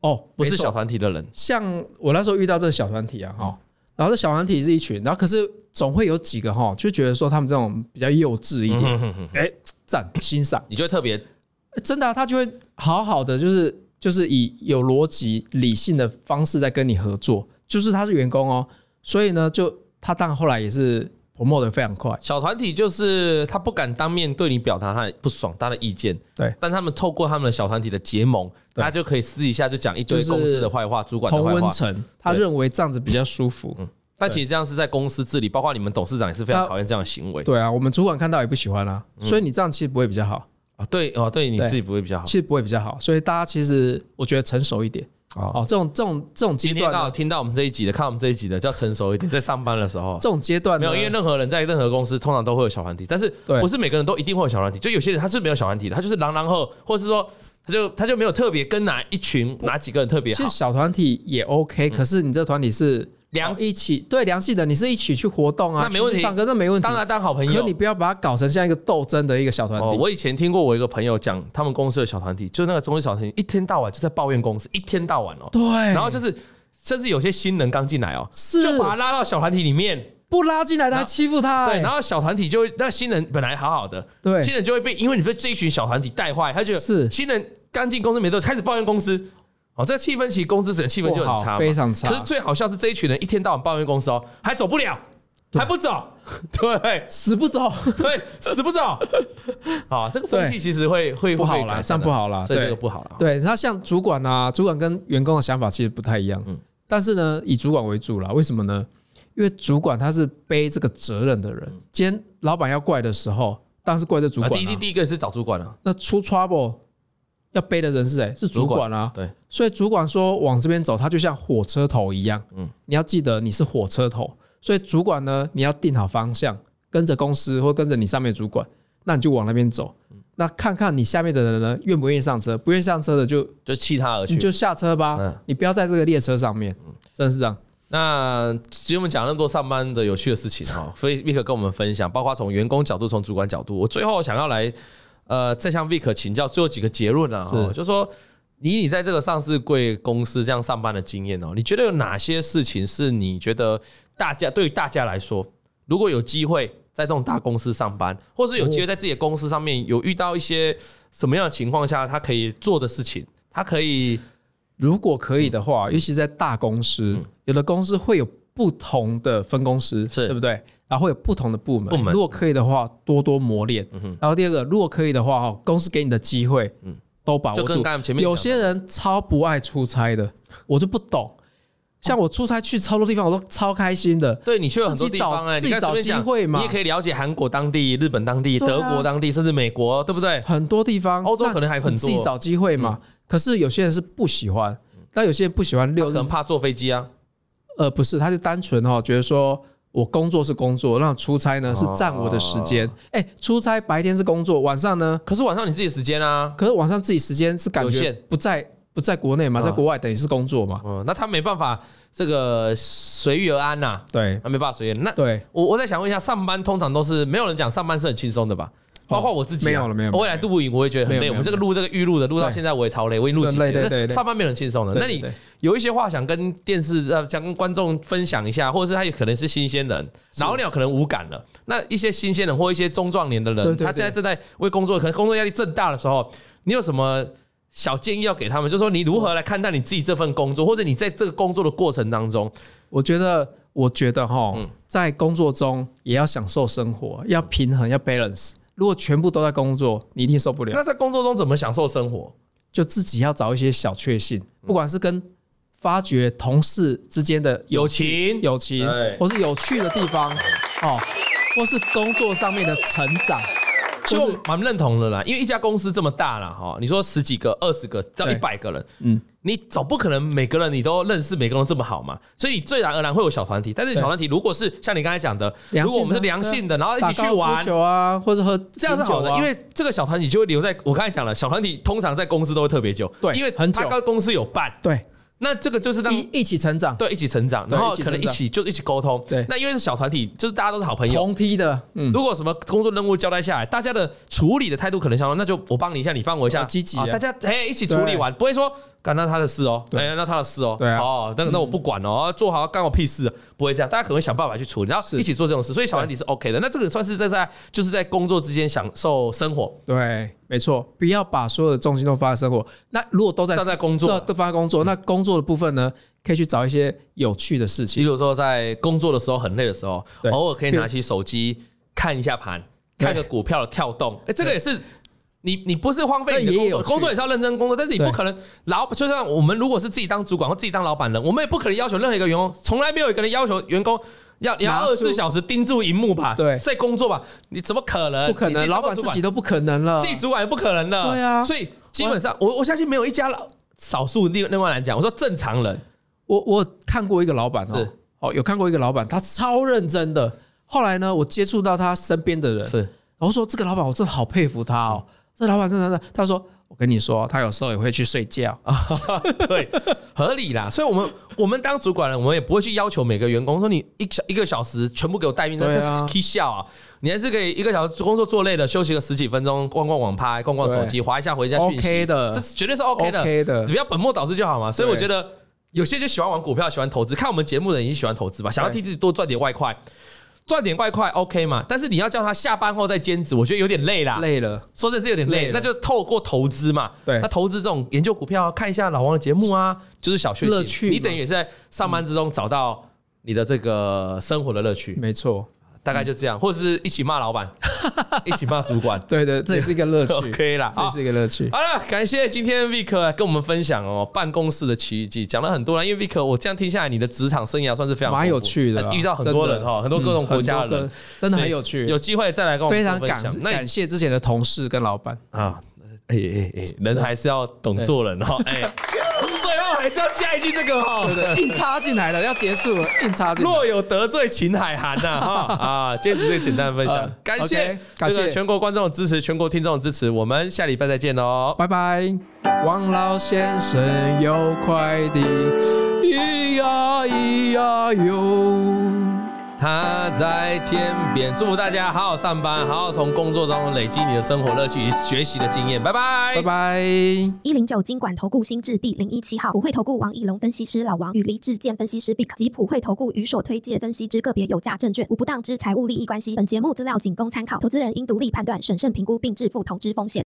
[SPEAKER 2] 哦，
[SPEAKER 1] 不是
[SPEAKER 2] 没错
[SPEAKER 1] 小团体的嗯人。
[SPEAKER 2] 像我那时候遇到这个小团体啊，哈，然后这小团体是一群，然后可是总会有几个哈，就觉得说他们这种比较幼稚一
[SPEAKER 1] 嗯
[SPEAKER 2] 点，
[SPEAKER 1] 哼哼哼
[SPEAKER 2] 哎、赞欣赏，
[SPEAKER 1] 你就会特别
[SPEAKER 2] 欸真的、啊，他就会好好的，就是就是以有逻辑、理性的方式在跟你合作，就是他是员工哦，所以呢，就他当然后来也是 promote 的非常快，
[SPEAKER 1] 小团体，就是他不敢当面对你表达他的不爽、他的意见，
[SPEAKER 2] 对，
[SPEAKER 1] 但他们透过他们的小团体的结盟，
[SPEAKER 2] 对
[SPEAKER 1] 他就可以私底下就讲一堆
[SPEAKER 2] 就是
[SPEAKER 1] 公司的坏话、主管的
[SPEAKER 2] 同
[SPEAKER 1] 坏
[SPEAKER 2] 温
[SPEAKER 1] 话。
[SPEAKER 2] 层，他
[SPEAKER 1] 对嗯
[SPEAKER 2] 认为这样子比较舒服，
[SPEAKER 1] 但其实这样是在公司治理，包括你们董事长也是非常
[SPEAKER 2] 那
[SPEAKER 1] 讨厌这样的行为
[SPEAKER 2] 对啊，我们主管看到也不喜欢啊，
[SPEAKER 1] 嗯
[SPEAKER 2] 所以你这样其实不会比较好，
[SPEAKER 1] 啊。对哦，对你
[SPEAKER 2] 对
[SPEAKER 1] 自己不会比较好
[SPEAKER 2] 其。实不会比较好，所以大家其实我觉得成熟一点
[SPEAKER 1] 哦，
[SPEAKER 2] 哦，这种这种这种阶
[SPEAKER 1] 今天
[SPEAKER 2] 段
[SPEAKER 1] 刚好
[SPEAKER 2] 呢，
[SPEAKER 1] 听到我们这一集的，看我们这一集的，就要成熟一点，在上班的时候
[SPEAKER 2] 这。种阶段
[SPEAKER 1] 没
[SPEAKER 2] 呢
[SPEAKER 1] 有，因为任何人在任何公司通常都会有小团体，但是
[SPEAKER 2] 对
[SPEAKER 1] 不是每个人都一定会有小团体，就有些人他是没有小团体的，他就是狼狼后，或是说他就他就没有特别跟哪一群哪几个人特别
[SPEAKER 2] 其
[SPEAKER 1] 好嗯
[SPEAKER 2] 实，小团体也 OK，可是你这团体是哦
[SPEAKER 1] 良
[SPEAKER 2] 一起对良性的，你是一起去活动啊，
[SPEAKER 1] 那没问题
[SPEAKER 2] 去唱歌那没问题，
[SPEAKER 1] 当然当好朋
[SPEAKER 2] 可
[SPEAKER 1] 友
[SPEAKER 2] 你。不要把它搞成像一个斗争的一个小团体。
[SPEAKER 1] 哦，我以前听过我一个朋友讲，他们公司的小团体，就那个中医小团体，一天到晚就在抱怨公司，一天到晚哦。
[SPEAKER 2] 对，然
[SPEAKER 1] 然后就是，甚至有些新人刚进来哦，
[SPEAKER 2] 是
[SPEAKER 1] 就把他拉到小团体里面，
[SPEAKER 2] 不拉进来的还欺负他、
[SPEAKER 1] 对，
[SPEAKER 2] 哎
[SPEAKER 1] 然后小团体就会，那新人本来好好的，
[SPEAKER 2] 对
[SPEAKER 1] 新人就会被，因为你被这一群小团体带坏，他觉得
[SPEAKER 2] 是
[SPEAKER 1] 新人刚进公司没多久开始抱怨公司，哦，这气氛其实公司整个气氛就
[SPEAKER 2] 不好
[SPEAKER 1] 很差嘛，
[SPEAKER 2] 非常差
[SPEAKER 1] 可是最好笑是这一群人一天到晚抱怨公司哦，还走不了，还不走， 对，
[SPEAKER 2] 死不 走，
[SPEAKER 1] 对，死 不走。啊，这个风气
[SPEAKER 2] 对
[SPEAKER 1] 其实会会
[SPEAKER 2] 不好
[SPEAKER 1] 会
[SPEAKER 2] 啦
[SPEAKER 1] 改善
[SPEAKER 2] 这样
[SPEAKER 1] 的
[SPEAKER 2] 不好啦
[SPEAKER 1] 所以
[SPEAKER 2] 对
[SPEAKER 1] 这个不好了。
[SPEAKER 2] 对，然后像主管啊，主管跟员工的想法其实不太一样，
[SPEAKER 1] 嗯
[SPEAKER 2] 但是呢，以主管为主啦，为什么呢？因为主管他是背这个责任的人，今天老板要怪的时候，当然是怪这主
[SPEAKER 1] 嗯啊，
[SPEAKER 2] 管、啊
[SPEAKER 1] 第一第一个是找主管啊了，
[SPEAKER 2] 那出 trouble 要背的人是谁？是主管啊。
[SPEAKER 1] 对，
[SPEAKER 2] 所以主管说往这边走，他就像火车头一样。
[SPEAKER 1] 嗯
[SPEAKER 2] 嗯，你要记得你是火车头，所以主管呢，你要定好方向，跟着公司或跟着你上面的主管，那你就往那边走。
[SPEAKER 1] 嗯
[SPEAKER 2] 那看看你下面的人呢，愿不愿意上车？不愿意上车的就
[SPEAKER 1] 就弃他而
[SPEAKER 2] 你
[SPEAKER 1] 去。
[SPEAKER 2] 就下车吧，
[SPEAKER 1] 嗯
[SPEAKER 2] 你不要在这个列车上面。真的是这样，
[SPEAKER 1] 那其实我们讲了那么多上班的有趣的事情哈，所以 Vic 跟我们分享，包括从员工角度、从主管角度，我最后想要来呃再向 Vic 请教最后几个结论啊，
[SPEAKER 2] 是
[SPEAKER 1] 哦就说以你在这个上市贵公司这样上班的经验哦，你觉得有哪些事情是你觉得大家对于大家来说，如果有机会在这种大公司上班，或是有机会在自己的公司上面有遇到一些什么样的情况下，他可以做的事情，他可以
[SPEAKER 2] 如果可以的话，
[SPEAKER 1] 嗯
[SPEAKER 2] 尤其在大公司，有的公司会有不同的分公司，
[SPEAKER 1] 是
[SPEAKER 2] 对不对？然后会有不同的部门。
[SPEAKER 1] 部门嗯
[SPEAKER 2] 如果可以的话，多多磨练。
[SPEAKER 1] 哼
[SPEAKER 2] 然后第二个，如果可以的话，哦，公司给你的机会，
[SPEAKER 1] 嗯
[SPEAKER 2] 都把握
[SPEAKER 1] 就
[SPEAKER 2] 住。
[SPEAKER 1] 跟刚才前面
[SPEAKER 2] 有
[SPEAKER 1] 讲的
[SPEAKER 2] 些人超不爱出差的，我就不懂。像我出差去超多地方，我都超开心的。
[SPEAKER 1] 对你去了很多地方哎、
[SPEAKER 2] 自
[SPEAKER 1] 你
[SPEAKER 2] 己
[SPEAKER 1] 看
[SPEAKER 2] 找
[SPEAKER 1] 随
[SPEAKER 2] 自
[SPEAKER 1] 便讲
[SPEAKER 2] 己找机会嘛
[SPEAKER 1] 你也可以了解韩国当地、日本当地、
[SPEAKER 2] 对啊
[SPEAKER 1] 德国当地，甚至美国，对不对？
[SPEAKER 2] 很多地方，
[SPEAKER 1] 哎欧洲
[SPEAKER 2] 那
[SPEAKER 1] 可能还很多嗯
[SPEAKER 2] 你自己找机会嘛。可是有些人是不喜欢，但有些人不喜欢六
[SPEAKER 1] 可
[SPEAKER 2] 日
[SPEAKER 1] 能怕坐飞机啊，
[SPEAKER 2] 呃，不是，他就单纯哈、哦，觉得说我工作是工作，那出差呢是占我的
[SPEAKER 1] 哦
[SPEAKER 2] 时间。哎、出差白天是工作，晚上呢，
[SPEAKER 1] 可是晚上你自己的时间啊，
[SPEAKER 2] 可是晚上自己时间是感
[SPEAKER 1] 有
[SPEAKER 2] 觉
[SPEAKER 1] 限
[SPEAKER 2] 不在不在国内嘛，在
[SPEAKER 1] 嗯
[SPEAKER 2] 国外等于是工作嘛。
[SPEAKER 1] 嗯，那他没办法这个随遇而安呐、
[SPEAKER 2] 对
[SPEAKER 1] 他没办法随缘。那
[SPEAKER 2] 对，
[SPEAKER 1] 我我在想问一下，上班通常都是没有人讲上班是很轻松的吧？包括我自己
[SPEAKER 2] 哦
[SPEAKER 1] 啊、
[SPEAKER 2] 没有了没有没有
[SPEAKER 1] 未来录影我也觉得很
[SPEAKER 2] 没
[SPEAKER 1] 累，
[SPEAKER 2] 有
[SPEAKER 1] 我
[SPEAKER 2] 没有
[SPEAKER 1] 们这个录这个预录的，录到
[SPEAKER 2] 对
[SPEAKER 1] 现在我也超累，我已经录几
[SPEAKER 2] 真
[SPEAKER 1] 天
[SPEAKER 2] 累
[SPEAKER 1] 了。
[SPEAKER 2] 对对对
[SPEAKER 1] 上班没有人轻松的。
[SPEAKER 2] 对
[SPEAKER 1] 嗯那你
[SPEAKER 2] 对对
[SPEAKER 1] 有一些话想跟电视呃，想跟观众分享一下，或者是他也可能是新鲜人，老鸟可能无感了。那一些新鲜人或一些中壮年的人，
[SPEAKER 2] 对对对
[SPEAKER 1] 他现在正在为工作，可能工作压力正大的时候，你有什么小建议要给他们？就说你如何来看待你自己这份工作，或者你在这个工作的过程当中，
[SPEAKER 2] 我觉得我觉得哈、
[SPEAKER 1] 嗯
[SPEAKER 2] 在工作中也要享受生活，要平
[SPEAKER 1] 嗯
[SPEAKER 2] 衡，要 balance。如果全部都在工作，你一定受不了
[SPEAKER 1] 那。在工作中怎么享受生活？嗯
[SPEAKER 2] 就自己要找一些小确幸，不管是跟发掘同事之间的
[SPEAKER 1] 友情
[SPEAKER 2] 友情
[SPEAKER 1] 对，嗯
[SPEAKER 2] 或是有趣的地方哦，或是工作上面的成长，
[SPEAKER 1] 其实
[SPEAKER 2] 就
[SPEAKER 1] 我
[SPEAKER 2] 是
[SPEAKER 1] 蛮认同的啦，因为一家公司这么大啦，哈，你说十几个、二十个到一
[SPEAKER 2] 对
[SPEAKER 1] 百个人，
[SPEAKER 2] 嗯，
[SPEAKER 1] 你总不可能每个人你都认识，每个人都这么好嘛，所以你自然而然会有小团体。但是
[SPEAKER 2] 对
[SPEAKER 1] 小团体如果是像你刚才讲的，
[SPEAKER 2] 良性的
[SPEAKER 1] 如果我们是良性的，然后一起
[SPEAKER 2] 打
[SPEAKER 1] 去
[SPEAKER 2] 高尔夫
[SPEAKER 1] 玩，
[SPEAKER 2] 球啊，或者喝
[SPEAKER 1] 这样是好的，
[SPEAKER 2] 饮酒啊
[SPEAKER 1] 因为这个小团体就会留在我刚才讲了，小团体通常在公司都会特别久，
[SPEAKER 2] 对
[SPEAKER 1] 因为
[SPEAKER 2] 很久
[SPEAKER 1] 他跟公司有伴，
[SPEAKER 2] 对
[SPEAKER 1] 那这个就是让
[SPEAKER 2] 一一起成长，
[SPEAKER 1] 对一起成长，
[SPEAKER 2] 对
[SPEAKER 1] 然后
[SPEAKER 2] 一起
[SPEAKER 1] 可能一
[SPEAKER 2] 成长
[SPEAKER 1] 起就一起沟通，
[SPEAKER 2] 对
[SPEAKER 1] 那因为是小团体，就是大家都是好朋友，
[SPEAKER 2] 同梯的，嗯，
[SPEAKER 1] 如果什么工作任务交代下来，大家的处理的态度可能相同，那就我帮你一下，你帮我一下，
[SPEAKER 2] 哦积极
[SPEAKER 1] 啊
[SPEAKER 2] 啊
[SPEAKER 1] 大家哎一起处理完，不会说干那他的事哦，
[SPEAKER 2] 对
[SPEAKER 1] 哎那他的事哦，
[SPEAKER 2] 对啊
[SPEAKER 1] 哦那那我不管哦，做好干我屁事，不会这样，大家可能会想办法去处理，然后
[SPEAKER 2] 是
[SPEAKER 1] 一起做这种事，所以小团体是 OK 的。那这个算是在在就是在工作之间享受生活，
[SPEAKER 2] 对，没错，不要把所有的重心都放在生活。那如果都在
[SPEAKER 1] 都在工
[SPEAKER 2] 都
[SPEAKER 1] 作。嗯
[SPEAKER 2] 都放在工作，那工作的部分呢，可以去找一些有趣的事
[SPEAKER 1] 比
[SPEAKER 2] 情。
[SPEAKER 1] 如说在工作的时候很累的时候，
[SPEAKER 2] 对
[SPEAKER 1] 偶尔可以拿起手机看一下盘，
[SPEAKER 2] 对
[SPEAKER 1] 看个股票的跳动，哎，这个也是。你你不是荒废
[SPEAKER 2] 但
[SPEAKER 1] 你的
[SPEAKER 2] 也
[SPEAKER 1] 工
[SPEAKER 2] 有
[SPEAKER 1] 作，
[SPEAKER 2] 趣
[SPEAKER 1] 工作也是要认真工作，但是你
[SPEAKER 2] 对
[SPEAKER 1] 不可能老，就像我们如果是自己当主管或自己当老板人，我们也不可能要求任何一个员工，从来没有一个人要求员工要你要
[SPEAKER 2] 拿
[SPEAKER 1] 二
[SPEAKER 2] 出
[SPEAKER 1] 十四小时盯住荧幕吧，
[SPEAKER 2] 对
[SPEAKER 1] 在工作吧，你怎么可能？
[SPEAKER 2] 不可
[SPEAKER 1] 你自
[SPEAKER 2] 能，
[SPEAKER 1] 己当
[SPEAKER 2] 老
[SPEAKER 1] 过
[SPEAKER 2] 板
[SPEAKER 1] 主
[SPEAKER 2] 自
[SPEAKER 1] 管
[SPEAKER 2] 己都不可能了
[SPEAKER 1] 自。己主管也不可能的，
[SPEAKER 2] 对啊
[SPEAKER 1] 所以基本上我我相信没有一家老少数另另外来讲，我说正常人
[SPEAKER 2] 我我有看过一个老板哦
[SPEAKER 1] 是，
[SPEAKER 2] 哦，有看过一个老板，他超认真的。后来呢，我接触到他身边的人，
[SPEAKER 1] 是嗯
[SPEAKER 2] 然后说这个老板我真的好佩服他哦，这老板真的真的，他说我跟你说，他有时候也会去睡觉，
[SPEAKER 1] 啊 对，合理啦。所以，我们我们当主管人，我们也不会去要求每个员工说你一小一个小时全部给我待命，
[SPEAKER 2] 对
[SPEAKER 1] 那
[SPEAKER 2] 啊
[SPEAKER 1] 踢笑啊！你还是可以一个小时工作做累了，休息个十几分钟，逛逛网拍，逛逛手机，划一下回家讯息
[SPEAKER 2] OK 的
[SPEAKER 1] 这绝对是 OK 的
[SPEAKER 2] OK 的
[SPEAKER 1] 只要本末倒置就好嘛。所以，我
[SPEAKER 2] 对
[SPEAKER 1] 觉得有些就喜欢玩股票，喜欢投资，看我们节目的人也喜欢投资吧，想要替自己多赚点外快。赚点外快 OK 嘛？但是你要叫他下班后再兼职，我觉得有点累啦。
[SPEAKER 2] 累了，
[SPEAKER 1] 说真的是有点
[SPEAKER 2] 累
[SPEAKER 1] 累，
[SPEAKER 2] 了
[SPEAKER 1] 那就透过投资嘛。
[SPEAKER 2] 对
[SPEAKER 1] 那投资这种研究股票啊，看一下老王的节目啊，就是小确幸。
[SPEAKER 2] 乐趣嘛
[SPEAKER 1] 你等于也是在上班之中找到你的这个生活的乐趣，
[SPEAKER 2] 没错，
[SPEAKER 1] 大概就这样，或者是一起骂 老板，一起骂主管
[SPEAKER 2] 对对，这也是一个乐趣，
[SPEAKER 1] ，OK 啊 啦。
[SPEAKER 2] 这也
[SPEAKER 1] 好
[SPEAKER 2] 是一个乐趣。
[SPEAKER 1] 好了，感谢今天 Vic 来跟我们分享哦，办公室的奇遇记，讲了很多啦。因为 Vic，我这样听下来，你的职场生涯算是非常
[SPEAKER 2] 蛮有
[SPEAKER 1] 丰富
[SPEAKER 2] 趣的啦嗯
[SPEAKER 1] 呃遇到很多人哈，很多各种国家
[SPEAKER 2] 很
[SPEAKER 1] 的
[SPEAKER 2] 多
[SPEAKER 1] 人
[SPEAKER 2] 个，真的很
[SPEAKER 1] 对
[SPEAKER 2] 有趣，
[SPEAKER 1] 有机会再来跟我们
[SPEAKER 2] 非常
[SPEAKER 1] 分
[SPEAKER 2] 感
[SPEAKER 1] 享。那你
[SPEAKER 2] 感谢之前的同事跟老板，
[SPEAKER 1] 啊，哎哎哎，人还是要懂做人哦，哎，最后还是要加一句这个哈、哦。
[SPEAKER 2] 硬插进来了，要结束了，硬插进来。
[SPEAKER 1] 若有得罪，秦海涵呐、 哈啊！今天只是简单的分享
[SPEAKER 2] 呃，
[SPEAKER 1] 啊感谢
[SPEAKER 2] OK，感谢
[SPEAKER 1] 这个全国观众的支持，全国听众的支持，我们下礼拜再见哦喽。
[SPEAKER 2] 拜拜，王老先生有快递，咿呀咿呀哟。
[SPEAKER 1] 他在天边，祝福大家好好上班，好好从工作中累积你的生活乐趣与学习的经验。拜拜，
[SPEAKER 2] 拜。拜。
[SPEAKER 4] 一零九金管投顾新置第零一七号，普惠投顾王以龙分析师老王与黎志健分析师 Bic 及普惠投顾与所推介分析之个别有价证券无不当之财务利益关系。本节目资料仅供参考，投资人应独立判断、审慎评估并自负投资风险。